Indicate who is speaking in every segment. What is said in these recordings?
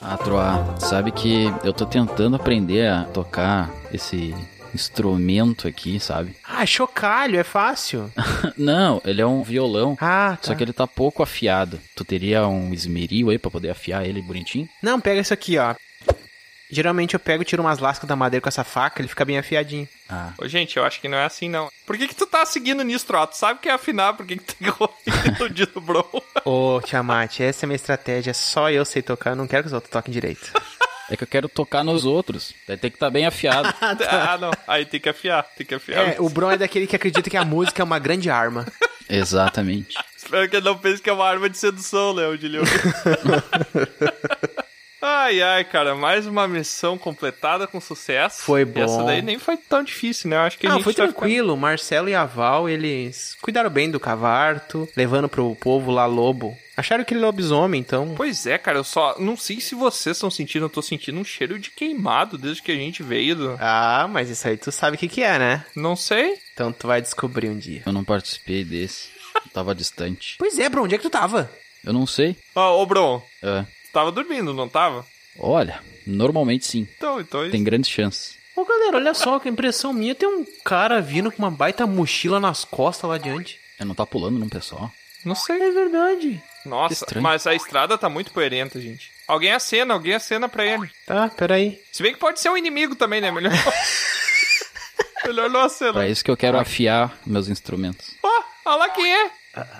Speaker 1: Jaraguá. Ah, Sabe que eu tô tentando aprender a tocar esse instrumento aqui, sabe?
Speaker 2: Ah, chocalho, é fácil.
Speaker 1: Não, ele é um violão.
Speaker 2: Ah, tá.
Speaker 1: Só que ele tá pouco afiado. Tu teria um esmeril aí pra poder afiar ele bonitinho?
Speaker 2: Não, pega isso aqui, ó. Geralmente eu pego e tiro umas lascas da madeira com essa faca, ele fica bem afiadinho.
Speaker 1: Ah.
Speaker 3: Ô, gente, eu acho que não é assim, não. Por que que tu tá seguindo nisso, Troto? sabe que é afinar, por que que tu enrolou e desdobrou?
Speaker 2: Ô, Tiamat, essa é a minha estratégia. Só eu sei tocar, eu não quero que os outros toquem direito.
Speaker 1: É que eu quero tocar nos outros. Daí Tem que estar bem afiado.
Speaker 3: ah, não. Aí tem que afiar, tem que afiar.
Speaker 2: tá. É, o Bron é daquele que acredita que a música é uma grande arma.
Speaker 1: Exatamente.
Speaker 3: Espero que ele não pense que é uma arma de sedução, Léo de Leão. ai, ai, cara, mais uma missão completada com sucesso.
Speaker 2: Foi
Speaker 3: E
Speaker 2: bom.
Speaker 3: Essa daí nem foi tão difícil, né? Eu acho que a
Speaker 2: Não,
Speaker 3: gente
Speaker 2: foi
Speaker 3: tá
Speaker 2: tranquilo. Marcelo e a Val, eles cuidaram bem do cavarto, levando pro povo lá lobo. Acharam que ele é lobisomem, então.
Speaker 3: Pois é, cara, eu só não sei se vocês estão sentindo, eu tô sentindo um cheiro de queimado desde que a gente veio. do-
Speaker 2: Ah, mas isso aí tu sabe o que, que é, né?
Speaker 3: Não sei.
Speaker 2: Então tu vai descobrir um dia.
Speaker 1: Eu não participei desse. Eu tava distante.
Speaker 2: Pois é, Bron, onde é que tu tava?
Speaker 1: Eu não sei.
Speaker 3: Ó, ô Bron,
Speaker 1: É.
Speaker 3: tu tava dormindo, não tava?
Speaker 1: Olha, normalmente sim.
Speaker 3: Então, então
Speaker 1: Tem grandes chances.
Speaker 2: Ô galera, olha só, que impressão minha tem um cara vindo com uma baita mochila nas costas lá adiante.
Speaker 1: Eu não tá pulando num pessoal.
Speaker 3: Não sei.
Speaker 2: É verdade.
Speaker 3: Nossa,
Speaker 1: estranho.
Speaker 3: mas a estrada tá muito poerenta, gente. Alguém acena, alguém acena pra ele.
Speaker 2: Tá, peraí.
Speaker 3: Se bem que pode ser um inimigo também, né? Melhor Melhor não acenar.
Speaker 1: Pra isso que eu quero afiar meus instrumentos.
Speaker 3: Ó, olha lá quem é.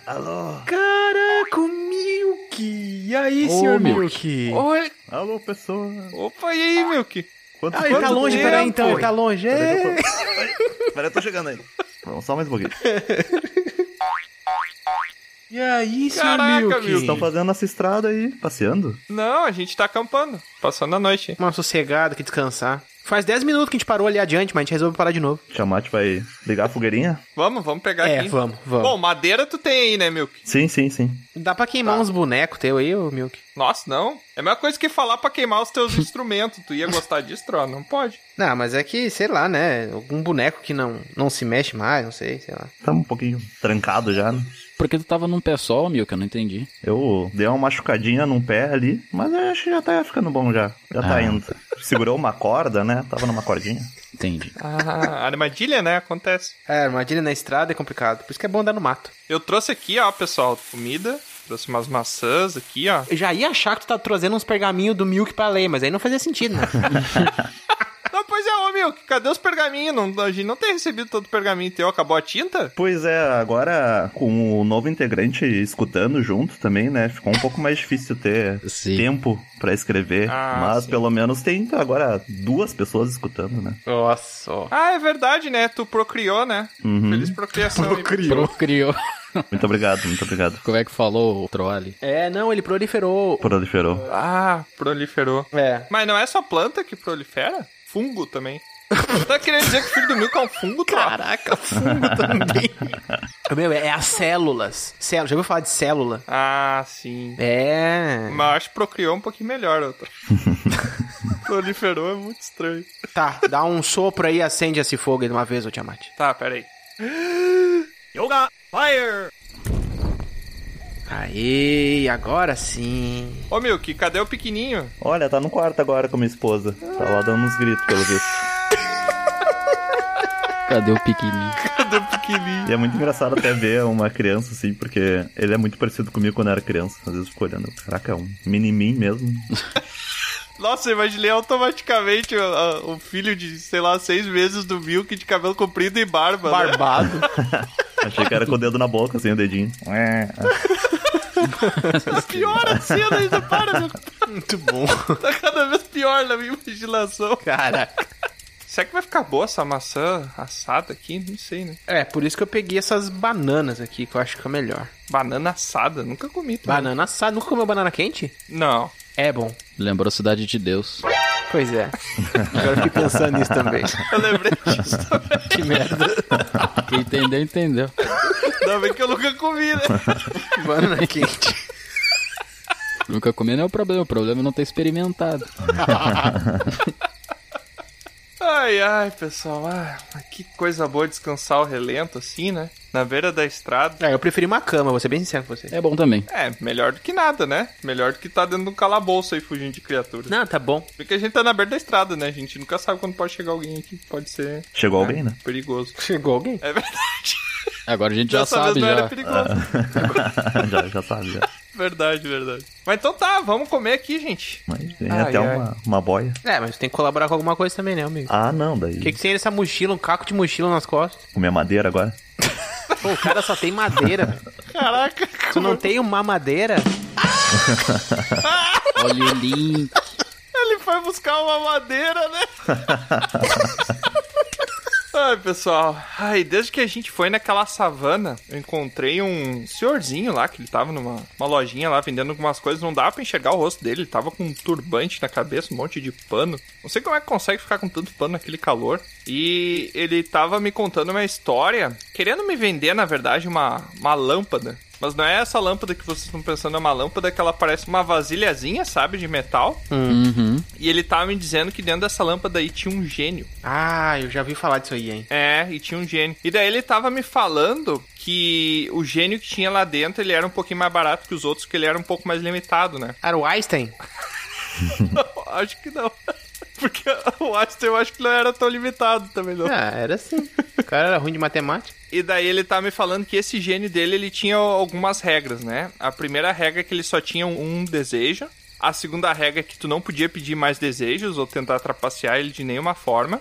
Speaker 4: Alô?
Speaker 2: Caraca, o Milk! E aí,
Speaker 1: Ô,
Speaker 2: senhor
Speaker 1: Milk.
Speaker 2: Milk?
Speaker 3: Olha.
Speaker 4: Alô, pessoa?
Speaker 3: Opa, e aí, Milk?
Speaker 4: Quanto
Speaker 2: Ah, ele tá
Speaker 4: quanto
Speaker 2: longe,
Speaker 4: tempo?
Speaker 2: peraí então, ele tá longe.
Speaker 4: Peraí,
Speaker 2: É.
Speaker 4: que eu tô- Peraí, Peraí, eu tô chegando aí. Vamos só mais um pouquinho. O que
Speaker 2: E aí, senhor
Speaker 3: Caraca,
Speaker 2: Milk?
Speaker 3: Milk.
Speaker 4: vocês estão fazendo nessa estrada aí? Passeando?
Speaker 3: Não, a gente tá acampando. Passando a noite.
Speaker 2: Uma sossegada que descansar. Faz 10 minutos que a gente parou ali adiante, mas a gente resolveu parar de novo.
Speaker 4: O Tiamat vai ligar a fogueirinha?
Speaker 3: Vamos, vamos pegar
Speaker 2: É,
Speaker 3: aqui.
Speaker 2: vamos, vamos.
Speaker 3: Bom, madeira tu tem aí, né, Milk?
Speaker 4: Sim, sim, sim.
Speaker 2: Dá pra
Speaker 3: tá.
Speaker 2: queimar uns bonecos teu aí, ô Milk?
Speaker 3: Nossa, não. É a mesma coisa que falar pra queimar os teus instrumentos. Tu ia gostar disso, Tro? Não pode.
Speaker 2: Não, mas é que, sei lá, né? Algum boneco que não, não se mexe mais, não sei, sei lá.
Speaker 4: Tá um pouquinho trancado já, né?
Speaker 1: Porque tu tava num pessoal, meu, que eu não entendi.
Speaker 4: Eu dei uma machucadinha num pé ali, mas eu acho que já tá ficando bom já. Já tá
Speaker 1: Ah.
Speaker 4: indo. Segurou uma corda, né? Tava numa cordinha.
Speaker 1: Entendi.
Speaker 3: Ah, armadilha, né? Acontece.
Speaker 2: É, armadilha na estrada é complicado. Por isso que é bom andar no mato.
Speaker 3: Eu trouxe aqui, ó, pessoal, comida. Trouxe umas maçãs aqui, ó.
Speaker 2: Eu já ia achar que tu tá trazendo uns pergaminhos do Milk pra ler, mas aí não fazia sentido, né?
Speaker 3: Não, pois é, ô, Milk, cadê os pergaminhos? Não, a gente não tem recebido todo o pergaminho teu. Acabou a tinta?
Speaker 4: Pois é, agora com o novo integrante escutando junto também, né? Ficou um pouco mais difícil ter
Speaker 1: Sim.
Speaker 4: tempo pra escrever,
Speaker 3: Ah,
Speaker 4: mas
Speaker 3: sim.
Speaker 4: pelo menos tem agora duas pessoas escutando, né?
Speaker 2: Nossa.
Speaker 3: Ah, é verdade, né? Tu procriou, né?
Speaker 4: Uhum.
Speaker 3: Feliz procriação. aí.
Speaker 1: Procriou.
Speaker 4: Muito obrigado, muito obrigado.
Speaker 1: Como é que falou o Trolley?
Speaker 2: É, não, ele proliferou.
Speaker 4: Proliferou.
Speaker 3: Ah, proliferou.
Speaker 2: É.
Speaker 3: Mas não é só planta que prolifera? Fungo também. tá querendo dizer que o filho do Milk é um fungo, cara?
Speaker 2: Caraca, fungo também. Meu, é, é as células. Célula, já ouviu falar de célula?
Speaker 3: Ah, sim.
Speaker 2: É.
Speaker 3: Mas eu acho que procriou um pouquinho melhor, outra. proliferou é muito estranho.
Speaker 2: Tá, dá um sopro aí e acende esse fogo aí de uma vez, ô Tiamat.
Speaker 3: Tá, peraí.
Speaker 4: Yoga! Fire!
Speaker 2: Aê, agora sim.
Speaker 3: Ô, Milk, cadê o pequenininho?
Speaker 4: Olha, tá no quarto agora com a minha esposa. Tá lá dando uns gritos, pelo visto.
Speaker 1: Cadê o pequenininho?
Speaker 3: Cadê o pequenininho?
Speaker 4: E é muito engraçado até ver uma criança assim, porque ele é muito parecido comigo quando eu era criança. Às vezes eu fico olhando, caraca, é um mini-min mesmo.
Speaker 3: Nossa, eu imaginei automaticamente o, a- o filho de, sei lá, seis meses do Milk de cabelo comprido e barba. né?
Speaker 2: Barbado.
Speaker 4: Achei que era com o dedo na boca, assim, o dedinho. ah.
Speaker 3: Pior a cena ainda, para, meu.
Speaker 2: Muito bom.
Speaker 3: Tá cada vez pior na minha imaginação.
Speaker 2: Caraca.
Speaker 3: Será que vai ficar boa essa maçã assada aqui? Não sei, né?
Speaker 2: É, por isso que eu peguei essas bananas aqui, que eu acho que é melhor.
Speaker 3: Banana assada? Nunca comi. tá?
Speaker 2: Banana assada. Nunca comeu banana quente?
Speaker 3: Não.
Speaker 2: É bom.
Speaker 1: Lembrou Cidade de Deus.
Speaker 2: Pois é. Agora eu fiquei pensando nisso também.
Speaker 3: Eu lembrei disso também.
Speaker 2: Que merda.
Speaker 1: Quem entendeu, entendeu.
Speaker 3: Ainda bem que eu nunca comi, né?
Speaker 2: Banana é quente.
Speaker 1: Nunca comi não é o problema, o problema é não ter experimentado.
Speaker 3: Ai, ai, pessoal. Ah, mas que coisa boa descansar o relento assim, né? na beira da estrada.
Speaker 2: É, eu preferi uma cama, vou ser bem sincero com você.
Speaker 1: É bom também.
Speaker 3: É, melhor do que nada, né? Melhor do que tá dentro de um calabouço aí fugindo de criatura.
Speaker 2: Não, tá bom.
Speaker 3: Porque a gente tá na beira da estrada, né? A gente nunca sabe quando pode chegar alguém aqui. Pode ser
Speaker 4: Chegou alguém, né?
Speaker 3: perigoso.
Speaker 2: Chegou alguém?
Speaker 3: É verdade.
Speaker 1: Agora a gente já
Speaker 3: Dessa
Speaker 1: sabe
Speaker 3: vez não era
Speaker 1: já.
Speaker 3: é
Speaker 1: É.
Speaker 3: perigoso.
Speaker 4: já, já sabe, já.
Speaker 3: Verdade, verdade. Mas então tá, vamos comer aqui, gente.
Speaker 4: Mas tem
Speaker 3: Ai,
Speaker 4: até
Speaker 3: ai.
Speaker 4: Uma, uma boia.
Speaker 2: É, mas tem que colaborar com alguma coisa também, né, amigo?
Speaker 4: Ah, não, daí.
Speaker 2: O que, que tem nessa mochila, um caco de mochila nas costas?
Speaker 4: Comer madeira agora?
Speaker 2: Pô, o cara só tem madeira, velho.
Speaker 3: Caraca.
Speaker 2: Tu não tem uma madeira?
Speaker 1: Olha o link.
Speaker 3: Ele foi buscar uma madeira, né? Ai, pessoal. Ai, desde que a gente foi naquela savana, eu encontrei um senhorzinho lá, que ele tava numa uma lojinha lá vendendo algumas coisas. Não dava pra enxergar o rosto dele, ele tava com um turbante na cabeça, um monte de pano. Não sei como é que consegue ficar com tanto pano naquele calor. E ele tava me contando uma história, querendo me vender, na verdade, uma, uma lâmpada. Mas não é essa lâmpada que vocês estão pensando, é uma lâmpada que ela parece uma vasilhazinha, sabe, de metal.
Speaker 1: Uhum.
Speaker 3: E ele tava me dizendo que dentro dessa lâmpada aí tinha um gênio.
Speaker 2: Ah, eu já vi falar disso aí, hein?
Speaker 3: É, e tinha um gênio. E daí ele tava me falando que o gênio que tinha lá dentro, ele era um pouquinho mais barato que os outros, que ele era um pouco mais limitado, né?
Speaker 2: Era o Einstein?
Speaker 3: Não, acho que não. Porque o Einstein eu acho que não era tão limitado também, não.
Speaker 2: Ah, era assim. O cara era ruim de matemática.
Speaker 3: E daí ele tá me falando que esse gênio dele, ele tinha algumas regras, né? A primeira regra é que ele só tinha um desejo. A segunda regra é que tu não podia pedir mais desejos ou tentar trapacear ele de nenhuma forma.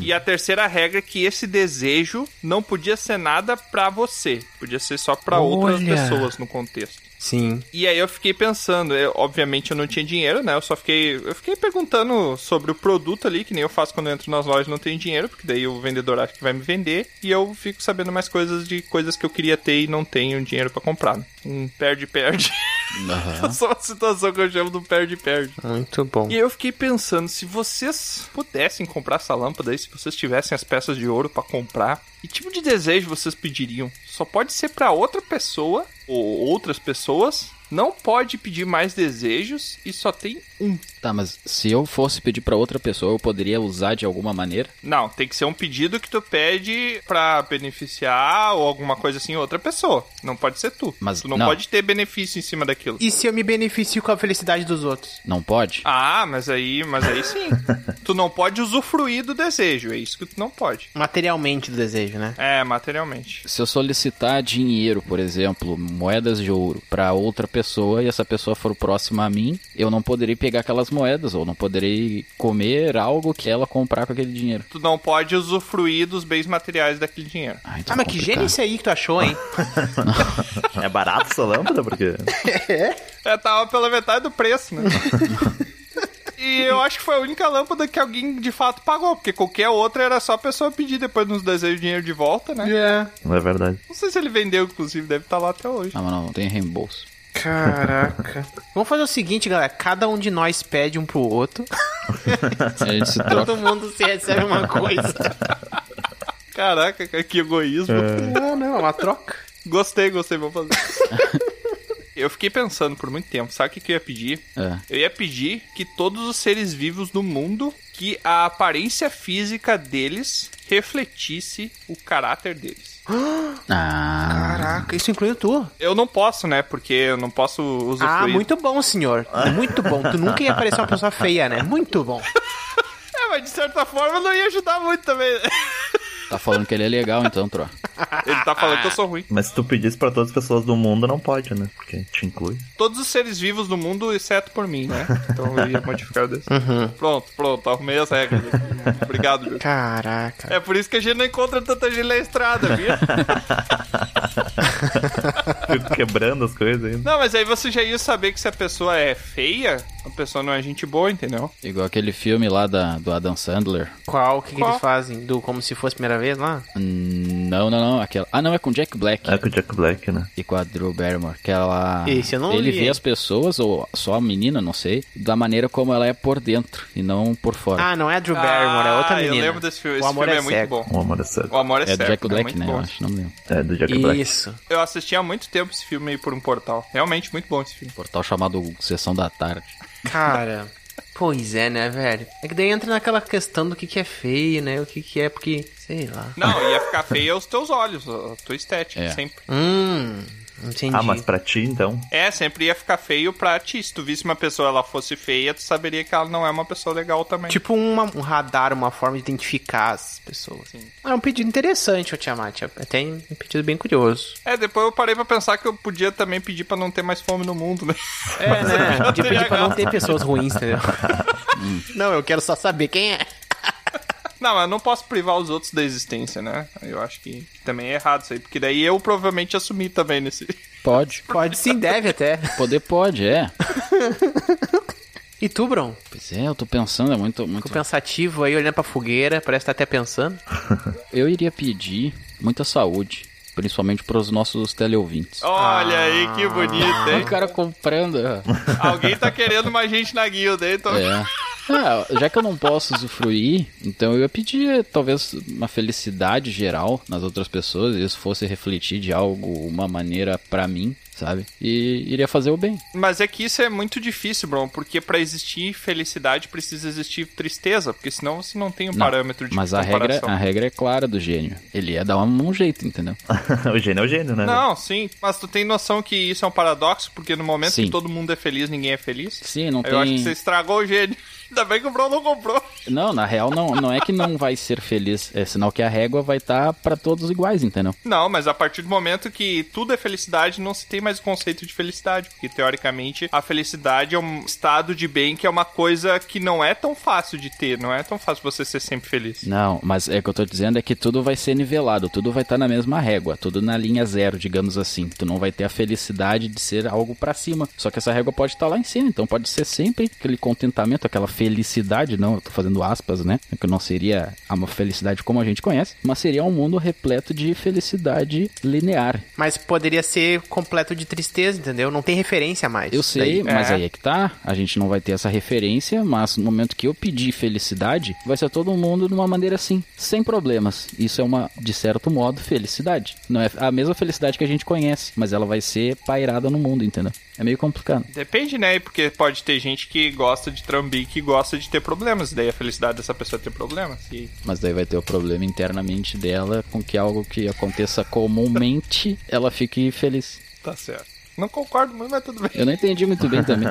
Speaker 3: E a terceira regra é que esse desejo não podia ser nada pra você, podia ser só pra outras
Speaker 2: Olha.
Speaker 3: pessoas no contexto.
Speaker 2: Sim.
Speaker 3: E aí eu fiquei pensando, eu- obviamente eu não tinha dinheiro, né? Eu só fiquei, eu fiquei perguntando sobre o produto ali, que nem eu faço quando eu entro nas lojas, e não tenho dinheiro, porque daí o vendedor acha que vai me vender e eu fico sabendo mais coisas de coisas que eu queria ter e não tenho dinheiro pra comprar. né? Um perde perde.
Speaker 1: Aham.
Speaker 3: Só uma situação que eu chamo um do perde perde.
Speaker 2: Muito bom.
Speaker 3: E eu fiquei pensando, se vocês pudessem comprar essa lâmpada aí, se vocês tivessem as peças de ouro pra comprar, que tipo de desejo vocês pediriam? Só pode ser pra outra pessoa ou outras pessoas. Não pode pedir mais desejos e só tem um.
Speaker 1: Tá, mas se eu fosse pedir pra outra pessoa, eu poderia usar de alguma maneira?
Speaker 3: Não, tem que ser um pedido que tu pede pra beneficiar ou alguma coisa assim outra pessoa. Não pode ser tu.
Speaker 1: Mas
Speaker 3: tu não,
Speaker 1: não.
Speaker 3: pode ter benefício em cima daquilo.
Speaker 2: E se eu me beneficio com a felicidade dos outros?
Speaker 1: Não pode?
Speaker 3: Ah, mas aí, mas aí sim. tu não pode usufruir do desejo, é isso que tu não pode.
Speaker 2: Materialmente do desejo, né?
Speaker 3: É, materialmente.
Speaker 1: Se eu solicitar dinheiro, por exemplo, moedas de ouro, pra outra pessoa e essa pessoa for próxima a mim, eu não poderei pegar aquelas moedas ou não poderei comer algo que ela comprar com aquele dinheiro.
Speaker 3: Tu não pode usufruir dos bens materiais daquele dinheiro.
Speaker 1: Ah, então
Speaker 2: Ah, mas que
Speaker 1: complicado.
Speaker 2: gênio isso aí que tu achou, hein?
Speaker 4: É barato essa lâmpada? Porque.
Speaker 3: É, tava pela metade do preço, né? E eu acho que foi a única lâmpada que alguém de fato pagou, porque qualquer outra era só a pessoa pedir depois nos desejos de dinheiro de volta, né?
Speaker 4: Não é verdade.
Speaker 3: Não sei se ele vendeu, inclusive, deve estar lá até hoje.
Speaker 1: Não, mas não, não tem reembolso.
Speaker 2: Caraca. Vamos fazer o seguinte, galera. Cada um de nós pede um pro outro.
Speaker 1: A gente se troca.
Speaker 2: Todo mundo se recebe uma coisa.
Speaker 3: Caraca, cara, que egoísmo.
Speaker 2: Não, não, é uma troca.
Speaker 3: Gostei, gostei, vou fazer. Eu fiquei pensando por muito tempo, sabe o que que eu ia pedir?
Speaker 1: É.
Speaker 3: Eu ia pedir que todos os seres vivos do mundo, que a aparência física deles refletisse o caráter deles.
Speaker 1: Ah,
Speaker 2: Caraca, isso incluiu tu.
Speaker 3: Eu não posso, né? Porque eu não posso usufruir.
Speaker 2: Ah, muito bom, senhor.
Speaker 3: Ah.
Speaker 2: Muito bom. Tu nunca ia parecer uma pessoa feia, né? Muito bom.
Speaker 3: É, mas de certa forma não ia ajudar muito também. né?
Speaker 1: tá falando que ele é legal então, Tro.
Speaker 3: Ele tá
Speaker 2: Ah.
Speaker 3: falando que eu sou ruim.
Speaker 4: Mas se tu pedisse pra todas as pessoas do mundo, não pode, né? Porque te inclui.
Speaker 3: Todos os seres vivos do mundo, exceto por mim, né? Então eu ia modificar desse.
Speaker 2: Uhum.
Speaker 3: Pronto, pronto, arrumei as regras. Obrigado, viu?
Speaker 2: Caraca.
Speaker 3: É por isso que a gente não encontra tanta gente na estrada, viu?
Speaker 4: Fico quebrando as coisas ainda.
Speaker 3: Não, mas aí você já ia saber que se a pessoa é feia, a pessoa não é gente boa, entendeu?
Speaker 1: Igual aquele filme lá da, do Adam Sandler.
Speaker 2: Qual? O que, que
Speaker 3: Qual?
Speaker 2: eles fazem? Do como se fosse a primeira vez lá?
Speaker 1: Hum, Não, não, não. Aquela... Ah, não, é com Jack Black
Speaker 4: É com o Jack Black, né?
Speaker 1: e com a Drew Barrymore. Que ela.
Speaker 2: Esse eu não
Speaker 1: ele
Speaker 2: li,
Speaker 1: vê
Speaker 2: hein?
Speaker 1: as pessoas, ou só a menina, não sei, da maneira como ela é por dentro e não por fora.
Speaker 2: Ah, não é a Drew Barrymore, é outra
Speaker 3: Ah,
Speaker 2: menina.
Speaker 3: Eu lembro desse filme.
Speaker 2: O
Speaker 3: Esse
Speaker 2: amor
Speaker 3: filme é,
Speaker 2: é,
Speaker 3: muito
Speaker 2: cego.
Speaker 3: bom.
Speaker 4: O amor é cego.
Speaker 3: O Amor é,
Speaker 1: é do
Speaker 3: Cego.
Speaker 1: Jack Black,
Speaker 3: muito
Speaker 1: né?
Speaker 3: bom.
Speaker 1: Eu acho, não me lembro.
Speaker 4: É do Jack Black.
Speaker 2: Isso.
Speaker 3: Eu assisti há muito tempo esse filme aí por um portal. Realmente muito bom esse filme.
Speaker 1: Portal chamado Sessão da Tarde.
Speaker 2: Cara, Pois é, né, velho? É que daí entra naquela questão do que, que é feio, né? O que, que é, porque. Sei lá.
Speaker 3: Não, ia ficar feio aos teus olhos, a tua estética,
Speaker 1: É.
Speaker 3: sempre.
Speaker 2: Hum, entendi.
Speaker 4: Ah, mas pra ti então?
Speaker 3: É, sempre ia ficar feio pra ti. Se tu visse uma pessoa ela fosse feia, tu saberia que ela não é uma pessoa legal também.
Speaker 2: Tipo uma- um radar, uma forma de identificar as pessoas. Ah, É um pedido interessante, ô Tiamat. É até um pedido bem curioso.
Speaker 3: É, depois eu parei pra pensar que eu podia também pedir pra não ter mais fome no mundo, né?
Speaker 2: É, né? Podia pedir pra não
Speaker 3: Legal.
Speaker 2: ter pessoas ruins, entendeu? não, eu quero só saber quem é.
Speaker 3: Não, mas eu não posso privar os outros da existência, né? Eu acho que, que também é errado isso aí, porque daí eu provavelmente assumi também nesse.
Speaker 1: Pode.
Speaker 2: Pode sim, deve até.
Speaker 1: Poder pode, é.
Speaker 2: E tu, Bron?
Speaker 1: Pois é, eu tô pensando, é muito, muito.
Speaker 2: Ficou pensativo aí, olhando pra fogueira, parece que tá até pensando.
Speaker 1: Eu iria pedir muita saúde, principalmente pros nossos teleouvintes.
Speaker 3: Olha aí que bonito,
Speaker 1: Olha
Speaker 3: hein?
Speaker 1: o cara comprando. ó.
Speaker 3: Alguém tá querendo mais gente na guilda, hein? Então...
Speaker 1: É. Ah, já que eu não posso usufruir, então eu ia pedir eh, talvez uma felicidade geral nas outras pessoas, e isso fosse refletir de algo, uma maneira pra mim, sabe? E iria fazer o bem.
Speaker 3: Mas é que isso é muito difícil, Bron, porque pra existir felicidade precisa existir tristeza, porque senão você não tem um
Speaker 1: Não,
Speaker 3: parâmetro de
Speaker 1: Mas a regra,
Speaker 3: comparação.
Speaker 1: a regra é clara do gênio. Ele ia dar um, um jeito, entendeu?
Speaker 4: o gênio é o gênio, né?
Speaker 3: Não, sim, mas tu tem noção que isso é um paradoxo, porque no momento
Speaker 1: Sim.
Speaker 3: que todo mundo é feliz, ninguém é feliz?
Speaker 1: Sim, não
Speaker 3: Eu acho que
Speaker 1: tem.
Speaker 3: você estragou o gênio. Ainda bem que o Bron não comprou.
Speaker 1: Não, na real, não, não é que não vai ser feliz. É sinal que a régua vai estar pra todos iguais, entendeu?
Speaker 3: Não, mas a partir do momento que tudo é felicidade, não se tem mais o conceito de felicidade. Porque, teoricamente, a felicidade é um estado de bem que é uma coisa que não é tão fácil de ter. Não é tão fácil você ser sempre feliz.
Speaker 1: Não, mas é o que eu tô dizendo é que tudo vai ser nivelado, tudo vai estar na mesma régua, tudo na linha zero, digamos assim. Tu não vai ter a felicidade de ser algo pra cima. Só que essa régua pode estar lá em cima, então pode ser sempre aquele contentamento, aquela felicidade, não, eu tô fazendo aspas, né? Que não seria a uma felicidade como a gente conhece, mas seria um mundo repleto de felicidade linear.
Speaker 2: Mas poderia ser completo de tristeza, entendeu? Não tem referência mais.
Speaker 1: Eu sei, mas
Speaker 3: é.
Speaker 1: aí é que tá. A gente não vai ter essa referência, mas no momento que eu pedir felicidade, vai ser todo mundo de uma maneira assim, sem problemas. Isso é uma, de certo modo, felicidade. Não é a mesma felicidade que a gente conhece, mas ela vai ser pairada no mundo, entendeu? É meio complicado.
Speaker 3: Depende, né? Porque pode ter gente que gosta de trambique e gosta de ter problemas. E daí a felicidade dessa pessoa é ter problemas. E
Speaker 1: Mas daí vai ter o problema internamente dela com que algo que aconteça comumente, ela fique feliz.
Speaker 3: tá certo. Não concordo muito, mas tudo bem.
Speaker 4: É.
Speaker 1: Eu não entendi muito bem também.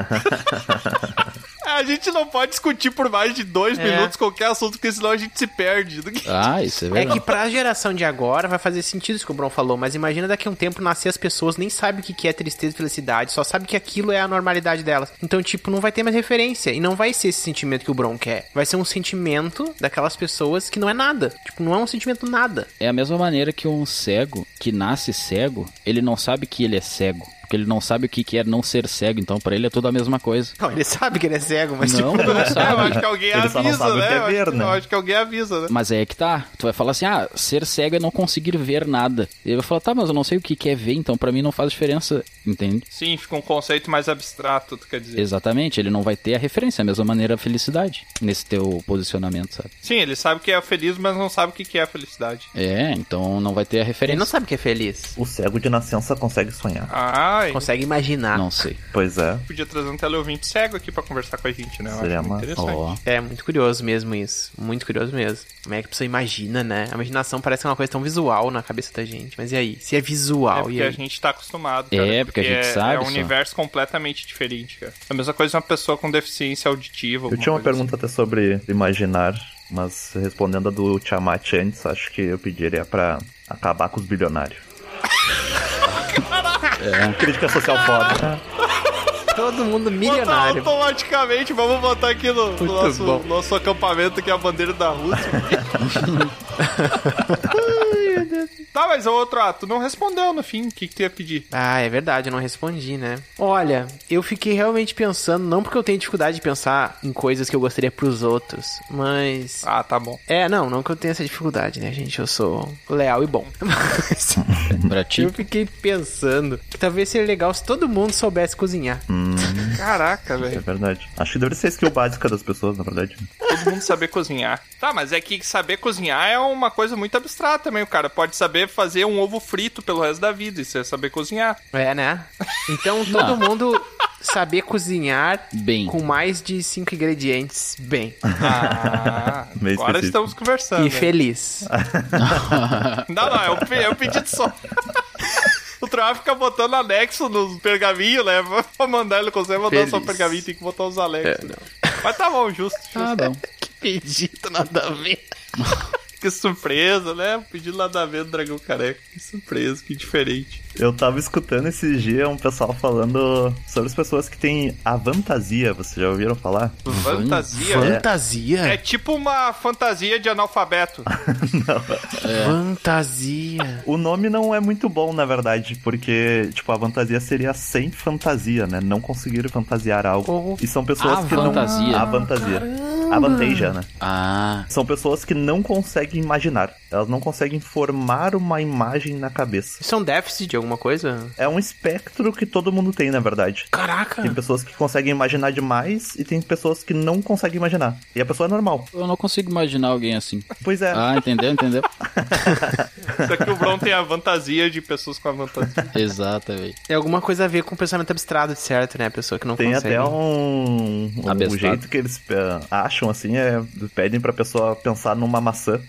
Speaker 3: A gente não pode discutir por mais de dois
Speaker 2: É.
Speaker 3: minutos qualquer assunto, porque senão a gente se perde. Do que-
Speaker 1: Ah, isso é
Speaker 2: É
Speaker 1: verdade.
Speaker 2: que pra geração de agora vai fazer sentido isso que o Bron falou, mas imagina daqui a um tempo nascer as pessoas nem sabem o que que é tristeza e felicidade, só sabe que aquilo é a normalidade delas. Então, tipo, não vai ter mais referência e não vai ser esse sentimento que o Bron quer. Vai ser um sentimento daquelas pessoas que não é nada. Tipo, não é um sentimento nada.
Speaker 1: É a mesma maneira que um cego que nasce cego, ele não sabe que ele é cego. Porque ele não sabe o que que é não ser cego, então pra ele é tudo a mesma coisa.
Speaker 2: Não, ele sabe que ele é cego, mas
Speaker 1: não,
Speaker 2: tipo,
Speaker 1: não
Speaker 3: É, eu
Speaker 1: sabe.
Speaker 3: acho que alguém
Speaker 4: Ele só não
Speaker 3: avisa,
Speaker 4: sabe o que
Speaker 3: né?
Speaker 4: é
Speaker 3: Eu acho
Speaker 4: ver,
Speaker 3: que-
Speaker 4: né?
Speaker 3: Eu acho que alguém avisa, né?
Speaker 1: Mas aí é que tá. Tu vai falar assim, ah, ser cego é não conseguir ver nada. Ele vai falar, tá, mas eu não sei o que que é ver, então pra mim não faz diferença, entende?
Speaker 3: Sim, fica um conceito mais abstrato, tu quer dizer.
Speaker 1: Exatamente, ele não vai ter a referência, é a mesma maneira a felicidade, nesse teu posicionamento, sabe?
Speaker 3: Sim, ele sabe que é feliz, mas não sabe o que que é a felicidade.
Speaker 1: É, então não vai ter a
Speaker 2: ele
Speaker 1: referência.
Speaker 2: não sabe que é feliz.
Speaker 4: O cego de nascença consegue sonhar.
Speaker 3: Ai,
Speaker 2: Consegue imaginar.
Speaker 1: Não sei.
Speaker 4: Pois é.
Speaker 3: podia trazer um teleouvinte cego aqui pra conversar com a gente, né? Eu
Speaker 4: Seria
Speaker 3: acho muito
Speaker 4: uma-
Speaker 3: interessante.
Speaker 1: Ó,
Speaker 2: É muito curioso mesmo isso. Muito curioso mesmo. Como é que a pessoa imagina, né? A imaginação parece que é uma coisa tão visual na cabeça da gente. Mas e aí? Se é
Speaker 3: É
Speaker 2: visual,
Speaker 3: porque
Speaker 2: e
Speaker 3: a
Speaker 2: aí?
Speaker 3: gente tá acostumado.
Speaker 1: É,
Speaker 3: Cara,
Speaker 1: porque a gente
Speaker 3: é,
Speaker 1: sabe
Speaker 3: É um
Speaker 1: só.
Speaker 3: universo completamente diferente, cara. A mesma coisa é uma pessoa com deficiência auditiva.
Speaker 4: Eu
Speaker 3: alguma
Speaker 4: tinha uma
Speaker 3: coisa assim.
Speaker 4: pergunta até sobre imaginar, mas respondendo a do Tiamat antes, acho que eu pediria pra acabar com os bilionários. É. Crítica social foda.
Speaker 2: Todo mundo
Speaker 3: assim. Botar
Speaker 2: milionário.
Speaker 3: automaticamente, vamos botar aqui no, no
Speaker 2: Muito
Speaker 3: nosso,
Speaker 2: bom.
Speaker 3: nosso acampamento, que é a bandeira da Rússia. Ai, meu Deus. tá, mas outro, ah, tu não respondeu no fim, o que, que tu ia pedir?
Speaker 2: Ah, é verdade, eu não respondi, né? Olha, eu fiquei realmente pensando, não porque eu tenho dificuldade de pensar em coisas que eu gostaria pros outros, mas.
Speaker 3: Ah, tá bom.
Speaker 2: É, não, não que eu tenha essa dificuldade, né, gente? Eu sou leal e bom. Mas tipo,
Speaker 1: pra ti,
Speaker 2: eu fiquei pensando que talvez seria legal se todo mundo soubesse cozinhar.
Speaker 3: Caraca,
Speaker 4: É
Speaker 3: velho.
Speaker 4: verdade. Acho que deveria ser a skill básica das pessoas, na verdade.
Speaker 3: Todo mundo saber cozinhar. Tá, mas é que saber cozinhar é uma coisa muito abstrata também. O cara pode saber fazer um ovo frito pelo resto da vida. Isso é saber cozinhar.
Speaker 2: É, né? Então todo mundo Saber cozinhar
Speaker 1: Bem.
Speaker 2: com mais de cinco ingredientes bem.
Speaker 3: Ah,
Speaker 4: Bem
Speaker 3: agora
Speaker 4: específico.
Speaker 3: estamos conversando.
Speaker 2: E feliz.
Speaker 3: Não, não, é o, pe- é o pedido só. O Troá fica botando anexo nos pergaminhos, né? Pra mandar, ele consegue mandar só
Speaker 2: Feliz.
Speaker 3: o pergaminho, tem que botar os anexos.
Speaker 2: É, não.
Speaker 3: Mas tá bom, justo. justo.
Speaker 1: Tá bom.
Speaker 2: que pedido, nada a ver.
Speaker 3: Que surpresa, né? O pedido lá da venda do Dragão Careca. Que surpresa, que diferente.
Speaker 4: Eu tava escutando esses dias um pessoal falando sobre as pessoas que têm a fantasia, vocês já ouviram falar?
Speaker 3: Fantasia. É
Speaker 2: Fantasia.
Speaker 3: tipo uma fantasia de analfabeto.
Speaker 2: É. Fantasia.
Speaker 4: O nome não é muito bom, na verdade, porque, tipo, a fantasia seria sem fantasia, né? Não conseguir fantasiar algo.
Speaker 2: Ou-
Speaker 4: E são pessoas
Speaker 1: Oh. A
Speaker 4: que
Speaker 1: fantasia.
Speaker 4: não. A fantasia. A vantasia, né?
Speaker 1: Ah,
Speaker 4: São pessoas que não conseguem imaginar. Elas não conseguem formar uma imagem na cabeça.
Speaker 2: Isso é um déficit de alguma coisa?
Speaker 4: É um espectro que todo mundo tem, na verdade.
Speaker 2: Caraca.
Speaker 1: Ah.
Speaker 4: Tem pessoas que conseguem imaginar demais e tem pessoas que não conseguem imaginar. E a pessoa é normal.
Speaker 1: eu não consigo imaginar alguém assim.
Speaker 4: Pois é.
Speaker 1: Ah, entendeu, entendeu?
Speaker 3: Só que o Bron tem a fantasia de pessoas com a fantasia.
Speaker 1: Exatamente.
Speaker 2: É alguma coisa a ver com o pensamento abstrato, de certo, né? A pessoa que não
Speaker 4: Tem
Speaker 2: consegue.
Speaker 4: até um, um
Speaker 1: Abestado.
Speaker 4: jeito que eles eh, acham assim, é pedem pra pessoa pensar numa maçã.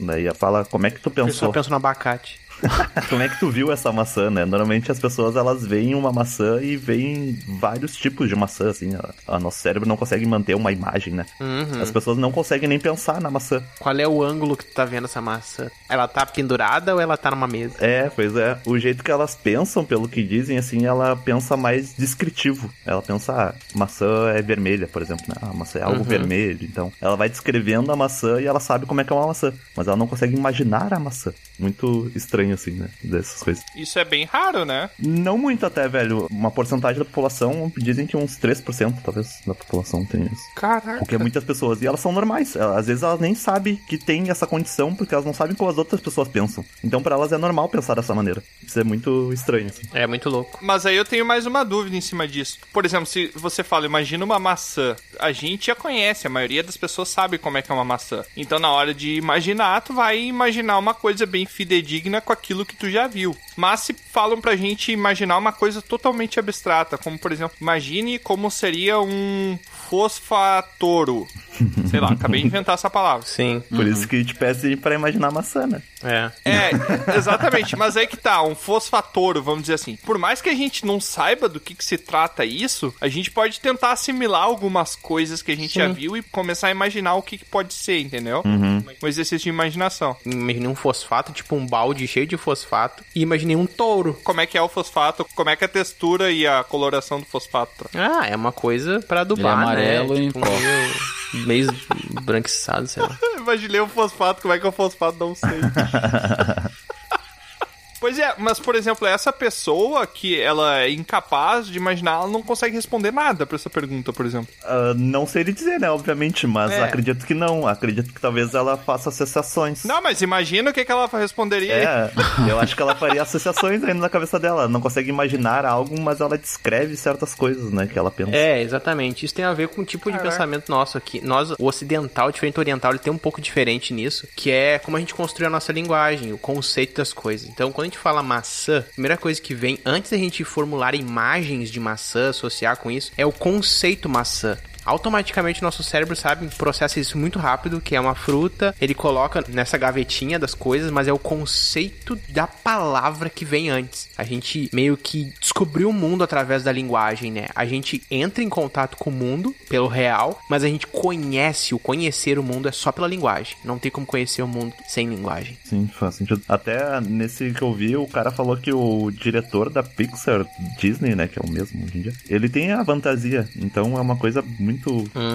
Speaker 4: Daí ela fala, como é que tu
Speaker 2: A
Speaker 4: pensou?
Speaker 2: pessoa pensa no abacate.
Speaker 4: como é que tu viu essa maçã, né? Normalmente as pessoas elas veem uma maçã e veem vários tipos de maçã, assim. O nosso cérebro não consegue manter uma imagem, né?
Speaker 2: Uhum.
Speaker 4: As pessoas não conseguem nem pensar na maçã.
Speaker 2: Qual é o ângulo que tu tá vendo essa maçã? Ela tá pendurada ou ela tá numa mesa?
Speaker 4: É, pois é. O jeito que elas pensam, pelo que dizem, assim, ela pensa mais descritivo. Ela pensa, ah, maçã é vermelha, por exemplo, né? Ah, maçã é algo
Speaker 2: Uhum.
Speaker 4: vermelho. Então, ela vai descrevendo a maçã e ela sabe como é que é uma maçã. Mas ela não consegue imaginar a maçã. Muito estranho, assim, né? Dessas coisas.
Speaker 3: Isso é bem raro, né?
Speaker 4: Não muito até, velho. Uma porcentagem da população, dizem que uns 3%, talvez, da população tem isso.
Speaker 3: Caraca.
Speaker 4: O que é muitas pessoas. E elas são normais. Elas- Às vezes elas nem sabem que tem essa condição, porque elas não sabem como as outras pessoas pensam. Então, pra elas é normal pensar dessa maneira. Isso é muito estranho, assim.
Speaker 2: É muito louco.
Speaker 3: Mas aí eu tenho mais uma dúvida em cima disso. Por exemplo, se você fala, imagina uma maçã. A gente já conhece, a maioria das pessoas sabe como é que é uma maçã. Então, na hora de imaginar, tu vai imaginar uma coisa bem fidedigna com aquilo que tu já viu. Mas se falam pra gente imaginar uma coisa totalmente abstrata, como, por exemplo, imagine como seria um fosfatoro. Sei lá, acabei de inventar essa palavra.
Speaker 2: Sim.
Speaker 4: Por
Speaker 3: Uhum.
Speaker 4: isso que te pedem pra imaginar a maçã, né?
Speaker 2: É.
Speaker 3: É, exatamente, mas aí que tá, um fosfatoro, vamos dizer assim. Por mais que a gente não saiba do que, que se trata isso, a gente pode tentar assimilar algumas coisas que a gente já viu e começar a imaginar o que, que pode ser, entendeu? Um exercício de imaginação.
Speaker 2: Imaginei um fosfato, tipo um balde cheio de fosfato. E imaginei um touro.
Speaker 3: Como é que é o fosfato, como é que é a textura e a coloração do fosfato.
Speaker 2: Ah, é uma coisa pra adubar,
Speaker 1: Ele é amarelo
Speaker 2: né?
Speaker 1: em pó.
Speaker 2: meio, meio esbranquiçado, sei lá.
Speaker 3: Imaginei o fosfato, como é que é o fosfato, não sei. Pois é, mas por exemplo, essa pessoa que ela é incapaz de imaginar, ela não consegue responder nada pra essa pergunta, por exemplo.
Speaker 4: Ah, não sei lhe dizer, né? Obviamente, mas
Speaker 3: É.
Speaker 4: acredito que não. Acredito que talvez ela faça associações.
Speaker 3: Não, mas imagina o que, que ela responderia.
Speaker 4: É, eu acho que ela faria associações ainda na cabeça dela. Ela Não consegue imaginar algo, mas ela descreve certas coisas, né? Que ela pensa.
Speaker 2: É, exatamente. Isso tem a ver com o tipo de
Speaker 3: Caraca.
Speaker 2: pensamento nosso aqui. Nós, o ocidental, diferente do oriental, ele tem um pouco diferente nisso, que é como a gente construiu a nossa linguagem, o conceito das coisas. Então, quando a gente fala maçã, a primeira coisa que vem, antes da gente formular imagens de maçã, associar com isso, é o conceito maçã. Automaticamente o nosso cérebro sabe, processa isso muito rápido, que é uma fruta, ele coloca nessa gavetinha das coisas, mas é o conceito da palavra que vem antes. A gente meio que descobriu o mundo através da linguagem, né? A gente entra em contato com o mundo pelo real, mas a gente conhece, o conhecer o mundo é só pela linguagem. Não tem como conhecer o mundo sem linguagem.
Speaker 4: Sim, faz sentido. Até nesse que eu vi, o cara falou que o diretor da Pixar, Disney, né, que é o mesmo hoje em dia, ele tem a fantasia. Então é uma coisa muito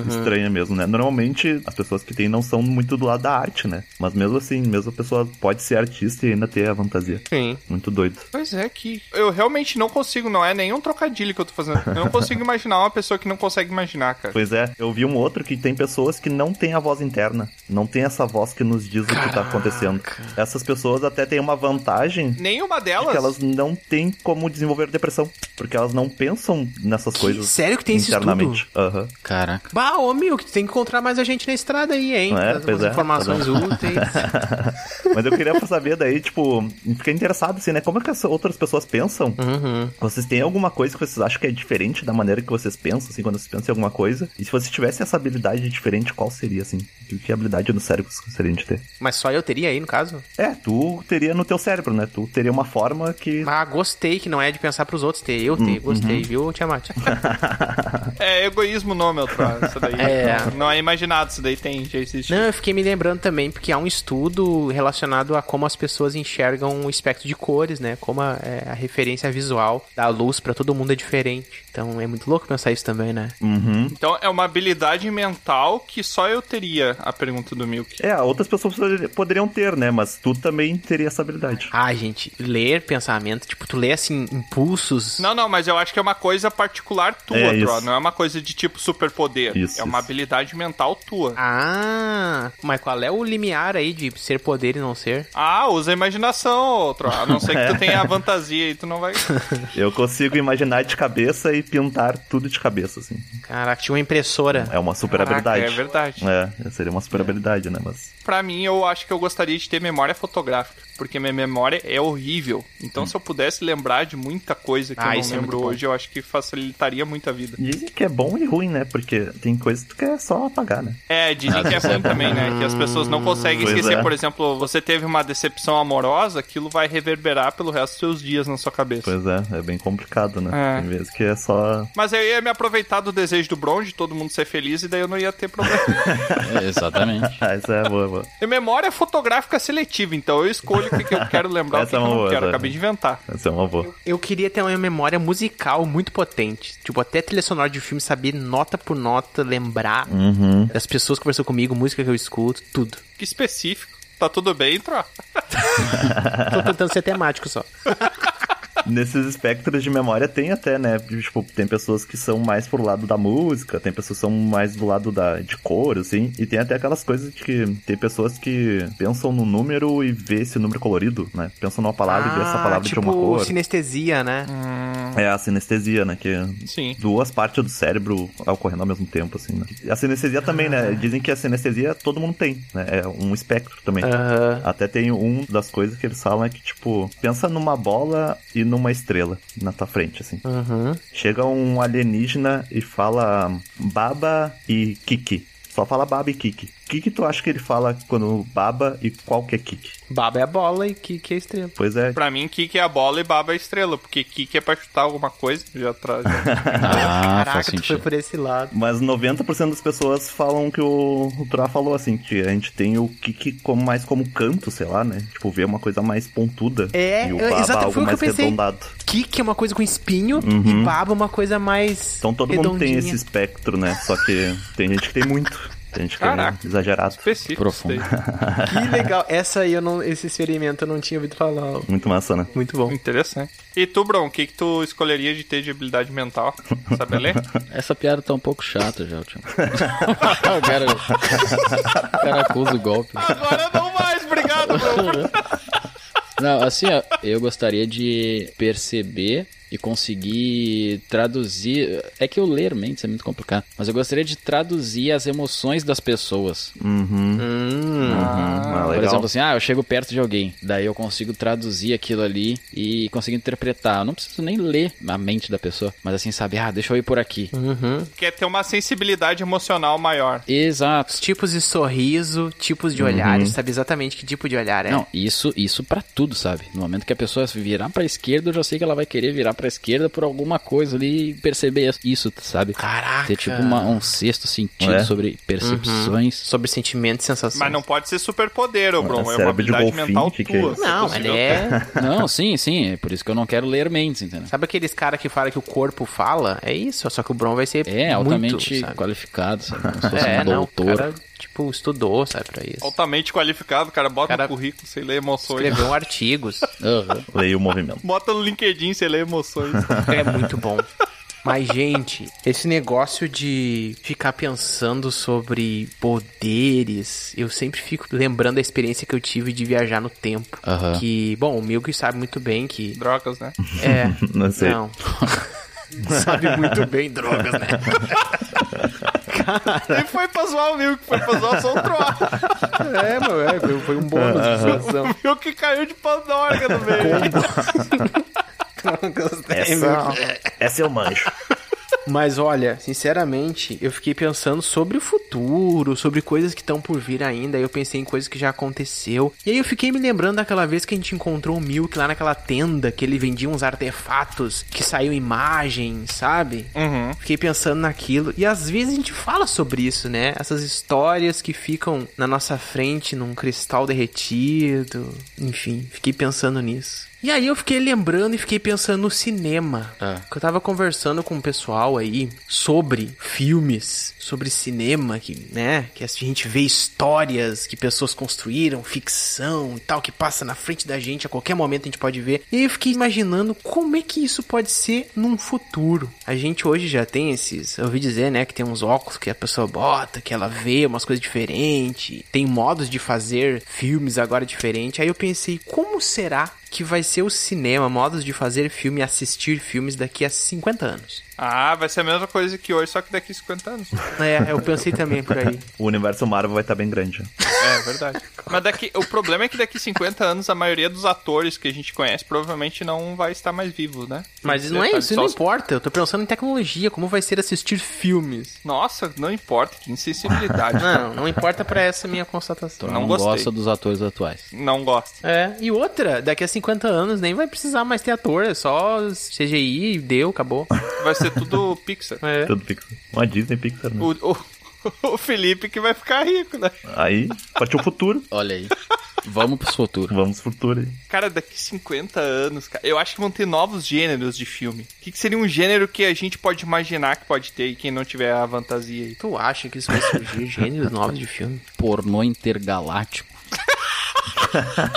Speaker 4: estranha mesmo, né? Normalmente as pessoas que têm não são muito do lado da arte, né? Mas mesmo assim, mesmo a pessoa pode ser artista e ainda ter a fantasia.
Speaker 2: Sim.
Speaker 4: Muito doido.
Speaker 3: Pois é que eu realmente não consigo, não é nenhum trocadilho que eu tô fazendo. Eu não consigo imaginar uma pessoa que não consegue imaginar, cara.
Speaker 4: Pois é, eu vi um outro que tem pessoas que não têm a voz interna. Não tem essa voz que nos diz o que tá acontecendo. Essas pessoas até têm uma vantagem
Speaker 3: Nenhuma
Speaker 4: de É que
Speaker 3: delas.
Speaker 4: elas não têm como desenvolver depressão. Porque elas não pensam nessas coisas.
Speaker 2: sério que tem esse estudo?
Speaker 4: internamente. Aham.
Speaker 1: Caraca.
Speaker 2: Bah, ô meu, que tu tem que encontrar mais a gente na estrada aí, hein?
Speaker 4: É,
Speaker 2: Traz
Speaker 4: pois
Speaker 2: umas
Speaker 4: é,
Speaker 2: informações
Speaker 4: tá bom.
Speaker 2: úteis.
Speaker 4: Mas eu queria saber daí, tipo, fiquei interessado assim, né? Como é que as outras pessoas pensam?
Speaker 2: uhum.
Speaker 4: Vocês têm alguma coisa que vocês acham que é diferente da maneira que vocês pensam, assim, quando vocês pensam em alguma coisa? E se vocês tivessem essa habilidade diferente, qual seria, assim? Que, que habilidade no cérebro vocês gostariam de ter?
Speaker 2: Mas só eu teria aí, no caso?
Speaker 4: É, tu teria no teu cérebro, né? Tu teria uma forma que.
Speaker 2: Ah, gostei, que não é de pensar pros outros ter. Eu
Speaker 4: Hum,
Speaker 2: ter,
Speaker 4: uhum.
Speaker 2: gostei, viu, Tiamat?
Speaker 3: É egoísmo não, meu troço. Isso daí
Speaker 2: É.
Speaker 3: não, não é imaginado, isso daí tem, já existe.
Speaker 2: Não, eu fiquei me lembrando também, porque há um estudo relacionado a como as pessoas enxergam o espectro de cores, né? Como a, é, a referência visual da luz pra todo mundo é diferente. Então é muito louco pensar isso também, né?
Speaker 4: Uhum.
Speaker 3: Então é uma habilidade mental que só eu teria a pergunta do Milk.
Speaker 4: É, outras pessoas poderi- poderiam ter, né? Mas tu também teria essa habilidade.
Speaker 2: Ah, gente, ler pensamento, tipo, tu lê assim, impulsos.
Speaker 3: Não, não, mas eu acho que é uma coisa particular tua,
Speaker 4: É isso.
Speaker 3: Tro. Não é uma coisa de tipo superpoder.
Speaker 4: Isso,
Speaker 3: é uma
Speaker 4: isso.
Speaker 3: habilidade mental tua.
Speaker 2: Ah, mas qual é o limiar aí de ser poder e não ser?
Speaker 3: Ah, usa a imaginação, ô, Tro. A não ser
Speaker 4: É.
Speaker 3: que tu tenha a fantasia aí, tu não vai.
Speaker 4: Eu consigo imaginar de cabeça e pintar tudo de cabeça, assim.
Speaker 2: Caraca, tinha uma impressora.
Speaker 4: É uma super
Speaker 3: Caraca,
Speaker 4: habilidade.
Speaker 3: é verdade.
Speaker 4: É, seria uma super habilidade, né? Mas.
Speaker 3: Pra mim, eu acho que eu gostaria de ter memória fotográfica, porque minha memória é horrível.
Speaker 4: Hum.
Speaker 3: Então, se eu pudesse lembrar de muita coisa que
Speaker 2: Ah,
Speaker 3: eu não
Speaker 2: isso é
Speaker 3: lembro
Speaker 2: muito bom.
Speaker 3: hoje, eu acho que facilitaria muito a vida.
Speaker 4: Dizem que é bom e ruim, né? Porque tem coisas que tu quer só apagar, né?
Speaker 3: É, dizem
Speaker 1: Ah,
Speaker 3: que é
Speaker 1: isso é
Speaker 3: ruim
Speaker 1: bom.
Speaker 3: também, né? Que as pessoas não conseguem
Speaker 4: Pois
Speaker 3: esquecer.
Speaker 4: é.
Speaker 3: Por exemplo, você teve uma decepção amorosa, aquilo vai reverberar pelo resto dos seus dias na sua cabeça.
Speaker 4: Pois é, é bem complicado, né?
Speaker 3: É.
Speaker 4: Tem vezes que é só.
Speaker 3: Mas eu ia me aproveitar do desejo do Bron de todo mundo ser feliz e daí eu não ia ter problema.
Speaker 1: É, exatamente.
Speaker 4: Ah, isso é boa, boa.
Speaker 3: e memória fotográfica seletiva, então eu escolho o que, que eu quero lembrar e o que,
Speaker 4: Essa é
Speaker 3: que eu
Speaker 4: uma
Speaker 3: não
Speaker 4: boa,
Speaker 3: quero.
Speaker 4: essa.
Speaker 3: Acabei de inventar.
Speaker 4: Essa é uma boa.
Speaker 2: Eu queria ter uma memória musical muito potente. Tipo, até trilha sonora de filme, saber nota por nota, lembrar
Speaker 4: Uhum.
Speaker 2: das pessoas que conversam comigo, música que eu escuto, tudo.
Speaker 3: Que específico. Tá tudo bem, Tro?
Speaker 2: Tô tentando ser temático só.
Speaker 4: Nesses espectros de memória tem até, né? Tipo, tem pessoas que são mais pro lado da música, tem pessoas que são mais do lado da, de cor, assim. E tem até aquelas coisas de que tem pessoas que pensam no número e vê esse número colorido, né? Pensam numa palavra e vê essa palavra
Speaker 2: tipo,
Speaker 4: de uma cor.
Speaker 2: sinestesia, né?
Speaker 4: É a sinestesia, né? Que
Speaker 3: Sim.
Speaker 4: duas partes do cérebro ocorrendo ao mesmo tempo, assim, né? E A sinestesia também, né? Dizem que a sinestesia todo mundo tem, né? É um espectro também.
Speaker 2: Aham.
Speaker 4: Até tem um das coisas que eles falam é que, tipo, pensa numa bola e numa estrela na tua frente, assim.
Speaker 2: Uhum.
Speaker 4: Chega um alienígena e fala baba e kiki. Só fala baba e kiki. O que, que tu acha que ele fala quando baba e qual que é kiki?
Speaker 2: Baba é a bola e que, que é a estrela.
Speaker 4: Pois é,
Speaker 3: Pra mim, Kiki é a bola e Baba é a estrela, porque Kiki é pra chutar alguma coisa. Já tá traz.
Speaker 1: Ah, faz
Speaker 2: Caraca, tu foi
Speaker 1: sentido.
Speaker 2: por esse lado.
Speaker 4: Mas 90% das pessoas falam que o, o Troá falou, assim, que a gente tem o kick como, mais como canto, sei lá, né? Tipo, ver uma coisa mais pontuda.
Speaker 2: É,
Speaker 4: e o
Speaker 2: eu-
Speaker 4: baba
Speaker 2: exato, foi
Speaker 4: algo
Speaker 2: o que eu
Speaker 4: mais
Speaker 2: pensei.
Speaker 4: arredondado.
Speaker 2: Kik é uma coisa com espinho
Speaker 4: Uhum.
Speaker 2: e baba é uma coisa mais.
Speaker 4: Então todo mundo tem
Speaker 2: redondinha.
Speaker 4: esse espectro, né? Só que tem gente que tem muito. Tem gente que
Speaker 3: Caraca.
Speaker 4: é exagerado.
Speaker 3: Específico.
Speaker 1: Profundo.
Speaker 3: isso daí.
Speaker 2: Que legal. Essa aí eu não. Esse experimento eu não tinha ouvido falar. ó.
Speaker 4: Muito massa, né?
Speaker 2: Muito bom.
Speaker 3: Interessante. E tu, Bron, o que, que tu escolheria de ter de habilidade mental? Sabe ler?
Speaker 1: Essa piada tá um pouco chata já, Tio. o, cara, o cara acusa o golpe.
Speaker 3: Agora não mais, obrigado, Bron.
Speaker 1: Não, assim, ó, eu gostaria de perceber e conseguir traduzir. É que eu ler mentes é muito complicado. Mas eu gostaria de traduzir as emoções das pessoas.
Speaker 4: Uhum.
Speaker 2: Hum.
Speaker 4: uhum. Ah,
Speaker 1: Por
Speaker 4: legal.
Speaker 1: exemplo, assim, ah, eu chego perto de alguém. Daí eu consigo traduzir aquilo ali e consigo interpretar. Eu não preciso nem ler a mente da pessoa. Mas assim, sabe, ah, deixa eu ir por aqui.
Speaker 2: Uhum.
Speaker 3: Quer ter uma sensibilidade emocional maior.
Speaker 1: Exato.
Speaker 2: Os tipos de sorriso, tipos de
Speaker 4: Uhum.
Speaker 2: olhares, sabe exatamente que tipo de olhar é.
Speaker 1: Não, isso, isso para tudo, sabe? No momento que a pessoa virar pra esquerda, eu já sei que ela vai querer virar pra esquerda por alguma coisa ali e perceber isso, sabe?
Speaker 2: Caraca.
Speaker 1: Ter tipo uma- um sexto sentido
Speaker 4: É.
Speaker 1: sobre percepções.
Speaker 2: Sobre sentimentos e sensações.
Speaker 3: Mas não pode ser superpoder, ô Bron. É uma
Speaker 4: tá cérebro de
Speaker 3: habilidade
Speaker 4: golfinho,
Speaker 3: mental
Speaker 4: que que é
Speaker 3: tua.
Speaker 4: isso?
Speaker 3: se
Speaker 2: Não,
Speaker 3: possível.
Speaker 2: ele é.
Speaker 1: Não, sim, sim. É por isso que eu não quero ler mentes, entendeu?
Speaker 2: Sabe aqueles caras que falam que o corpo fala? É isso, só que o Bron vai ser.
Speaker 1: É,
Speaker 2: muito,
Speaker 1: altamente
Speaker 2: sabe?
Speaker 1: qualificado, sabe? Como se fosse
Speaker 2: É,
Speaker 1: um
Speaker 2: não. O
Speaker 1: doutor.
Speaker 2: cara, tipo, estudou, sabe, pra isso.
Speaker 3: Altamente qualificado, cara. Bota
Speaker 2: Cara-
Speaker 3: no currículo, sei ler emoções.
Speaker 2: Escreveu artigos.
Speaker 1: Aham.
Speaker 4: Leia o movimento.
Speaker 3: Bota no LinkedIn, sei ler emoções.
Speaker 2: é muito bom. Mas, gente, esse negócio de ficar pensando sobre poderes, eu sempre fico lembrando da experiência que eu tive de viajar no tempo.
Speaker 1: Aham.
Speaker 2: Que, bom, o Milk sabe muito bem que.
Speaker 3: Drogas, né?
Speaker 2: É.
Speaker 4: Não sei.
Speaker 2: Não. sabe muito bem drogas, né?
Speaker 3: Ele foi pra zoar o Milk, foi pra zoar só o Troll.
Speaker 2: É, meu, é, foi- foi um bônus de
Speaker 4: né?
Speaker 2: situação.
Speaker 3: O Milk caiu de Pandorga no meio.
Speaker 2: Drogas, né,
Speaker 4: Essa, é essa eu manjo.
Speaker 2: Mas olha, sinceramente, eu fiquei pensando sobre o futuro, sobre coisas que estão por vir ainda. Eu pensei em coisas que já aconteceu. E aí eu fiquei me lembrando daquela vez que a gente encontrou o Milk lá naquela tenda que ele vendia uns artefatos que saiu imagem, sabe?
Speaker 3: Uhum.
Speaker 2: Fiquei pensando naquilo. E às vezes a gente fala sobre isso, né? Essas histórias que ficam na nossa frente num cristal derretido. Enfim, fiquei pensando nisso. E aí eu fiquei lembrando e fiquei pensando no cinema.
Speaker 1: Ah.
Speaker 2: Que eu tava conversando com o pessoal aí sobre filmes, sobre cinema, que, né? Que a gente vê histórias que pessoas construíram, ficção e tal, que passa na frente da gente, a qualquer momento a gente pode ver. E aí eu fiquei imaginando como é que isso pode ser num futuro. A gente hoje já tem esses, eu ouvi dizer, né, que tem uns óculos que a pessoa bota, que ela vê umas coisas diferentes, tem modos de fazer filmes agora diferente. Aí eu pensei, como será que vai ser o cinema, modos de fazer filme e assistir filmes daqui a 50 anos?
Speaker 3: Ah, vai ser a mesma coisa que hoje, só que daqui 50 anos.
Speaker 2: É, eu pensei também por aí.
Speaker 4: O universo Marvel vai estar bem grande.
Speaker 3: É, verdade. Mas daqui, o problema é que daqui 50 anos a maioria dos atores que a gente conhece provavelmente não vai estar mais vivo, né?
Speaker 2: Mas não é
Speaker 3: Detalhe,
Speaker 2: isso,
Speaker 3: só
Speaker 2: não
Speaker 3: os-
Speaker 2: importa. Eu tô pensando em tecnologia, como vai ser assistir filmes.
Speaker 3: Nossa, não importa, que insensibilidade.
Speaker 2: Não, não importa pra essa minha
Speaker 1: Então,
Speaker 2: constatação.
Speaker 1: não
Speaker 3: Não gostei.
Speaker 1: gosta dos atores atuais.
Speaker 3: Não gosto.
Speaker 2: É, e outra, daqui a 50 anos nem vai precisar mais ter ator, é só CGI, e deu, acabou.
Speaker 3: Vai ser tudo Pixar.
Speaker 2: É.
Speaker 4: Tudo Pixar. Uma Disney Pixar, né?
Speaker 3: O, o- o Felipe que vai ficar rico, né?
Speaker 4: Aí, partiu o futuro.
Speaker 1: Olha aí. Vamos pro futuro.
Speaker 4: Vamos pro futuro. aí.
Speaker 3: Cara, daqui 50 anos, cara, eu acho que vão ter novos gêneros de filme. O que, que seria um gênero que a gente pode imaginar que pode ter e quem não tiver a fantasia aí?
Speaker 2: Tu acha que isso vai surgir gêneros novos de filme?
Speaker 1: Pornô intergaláctico.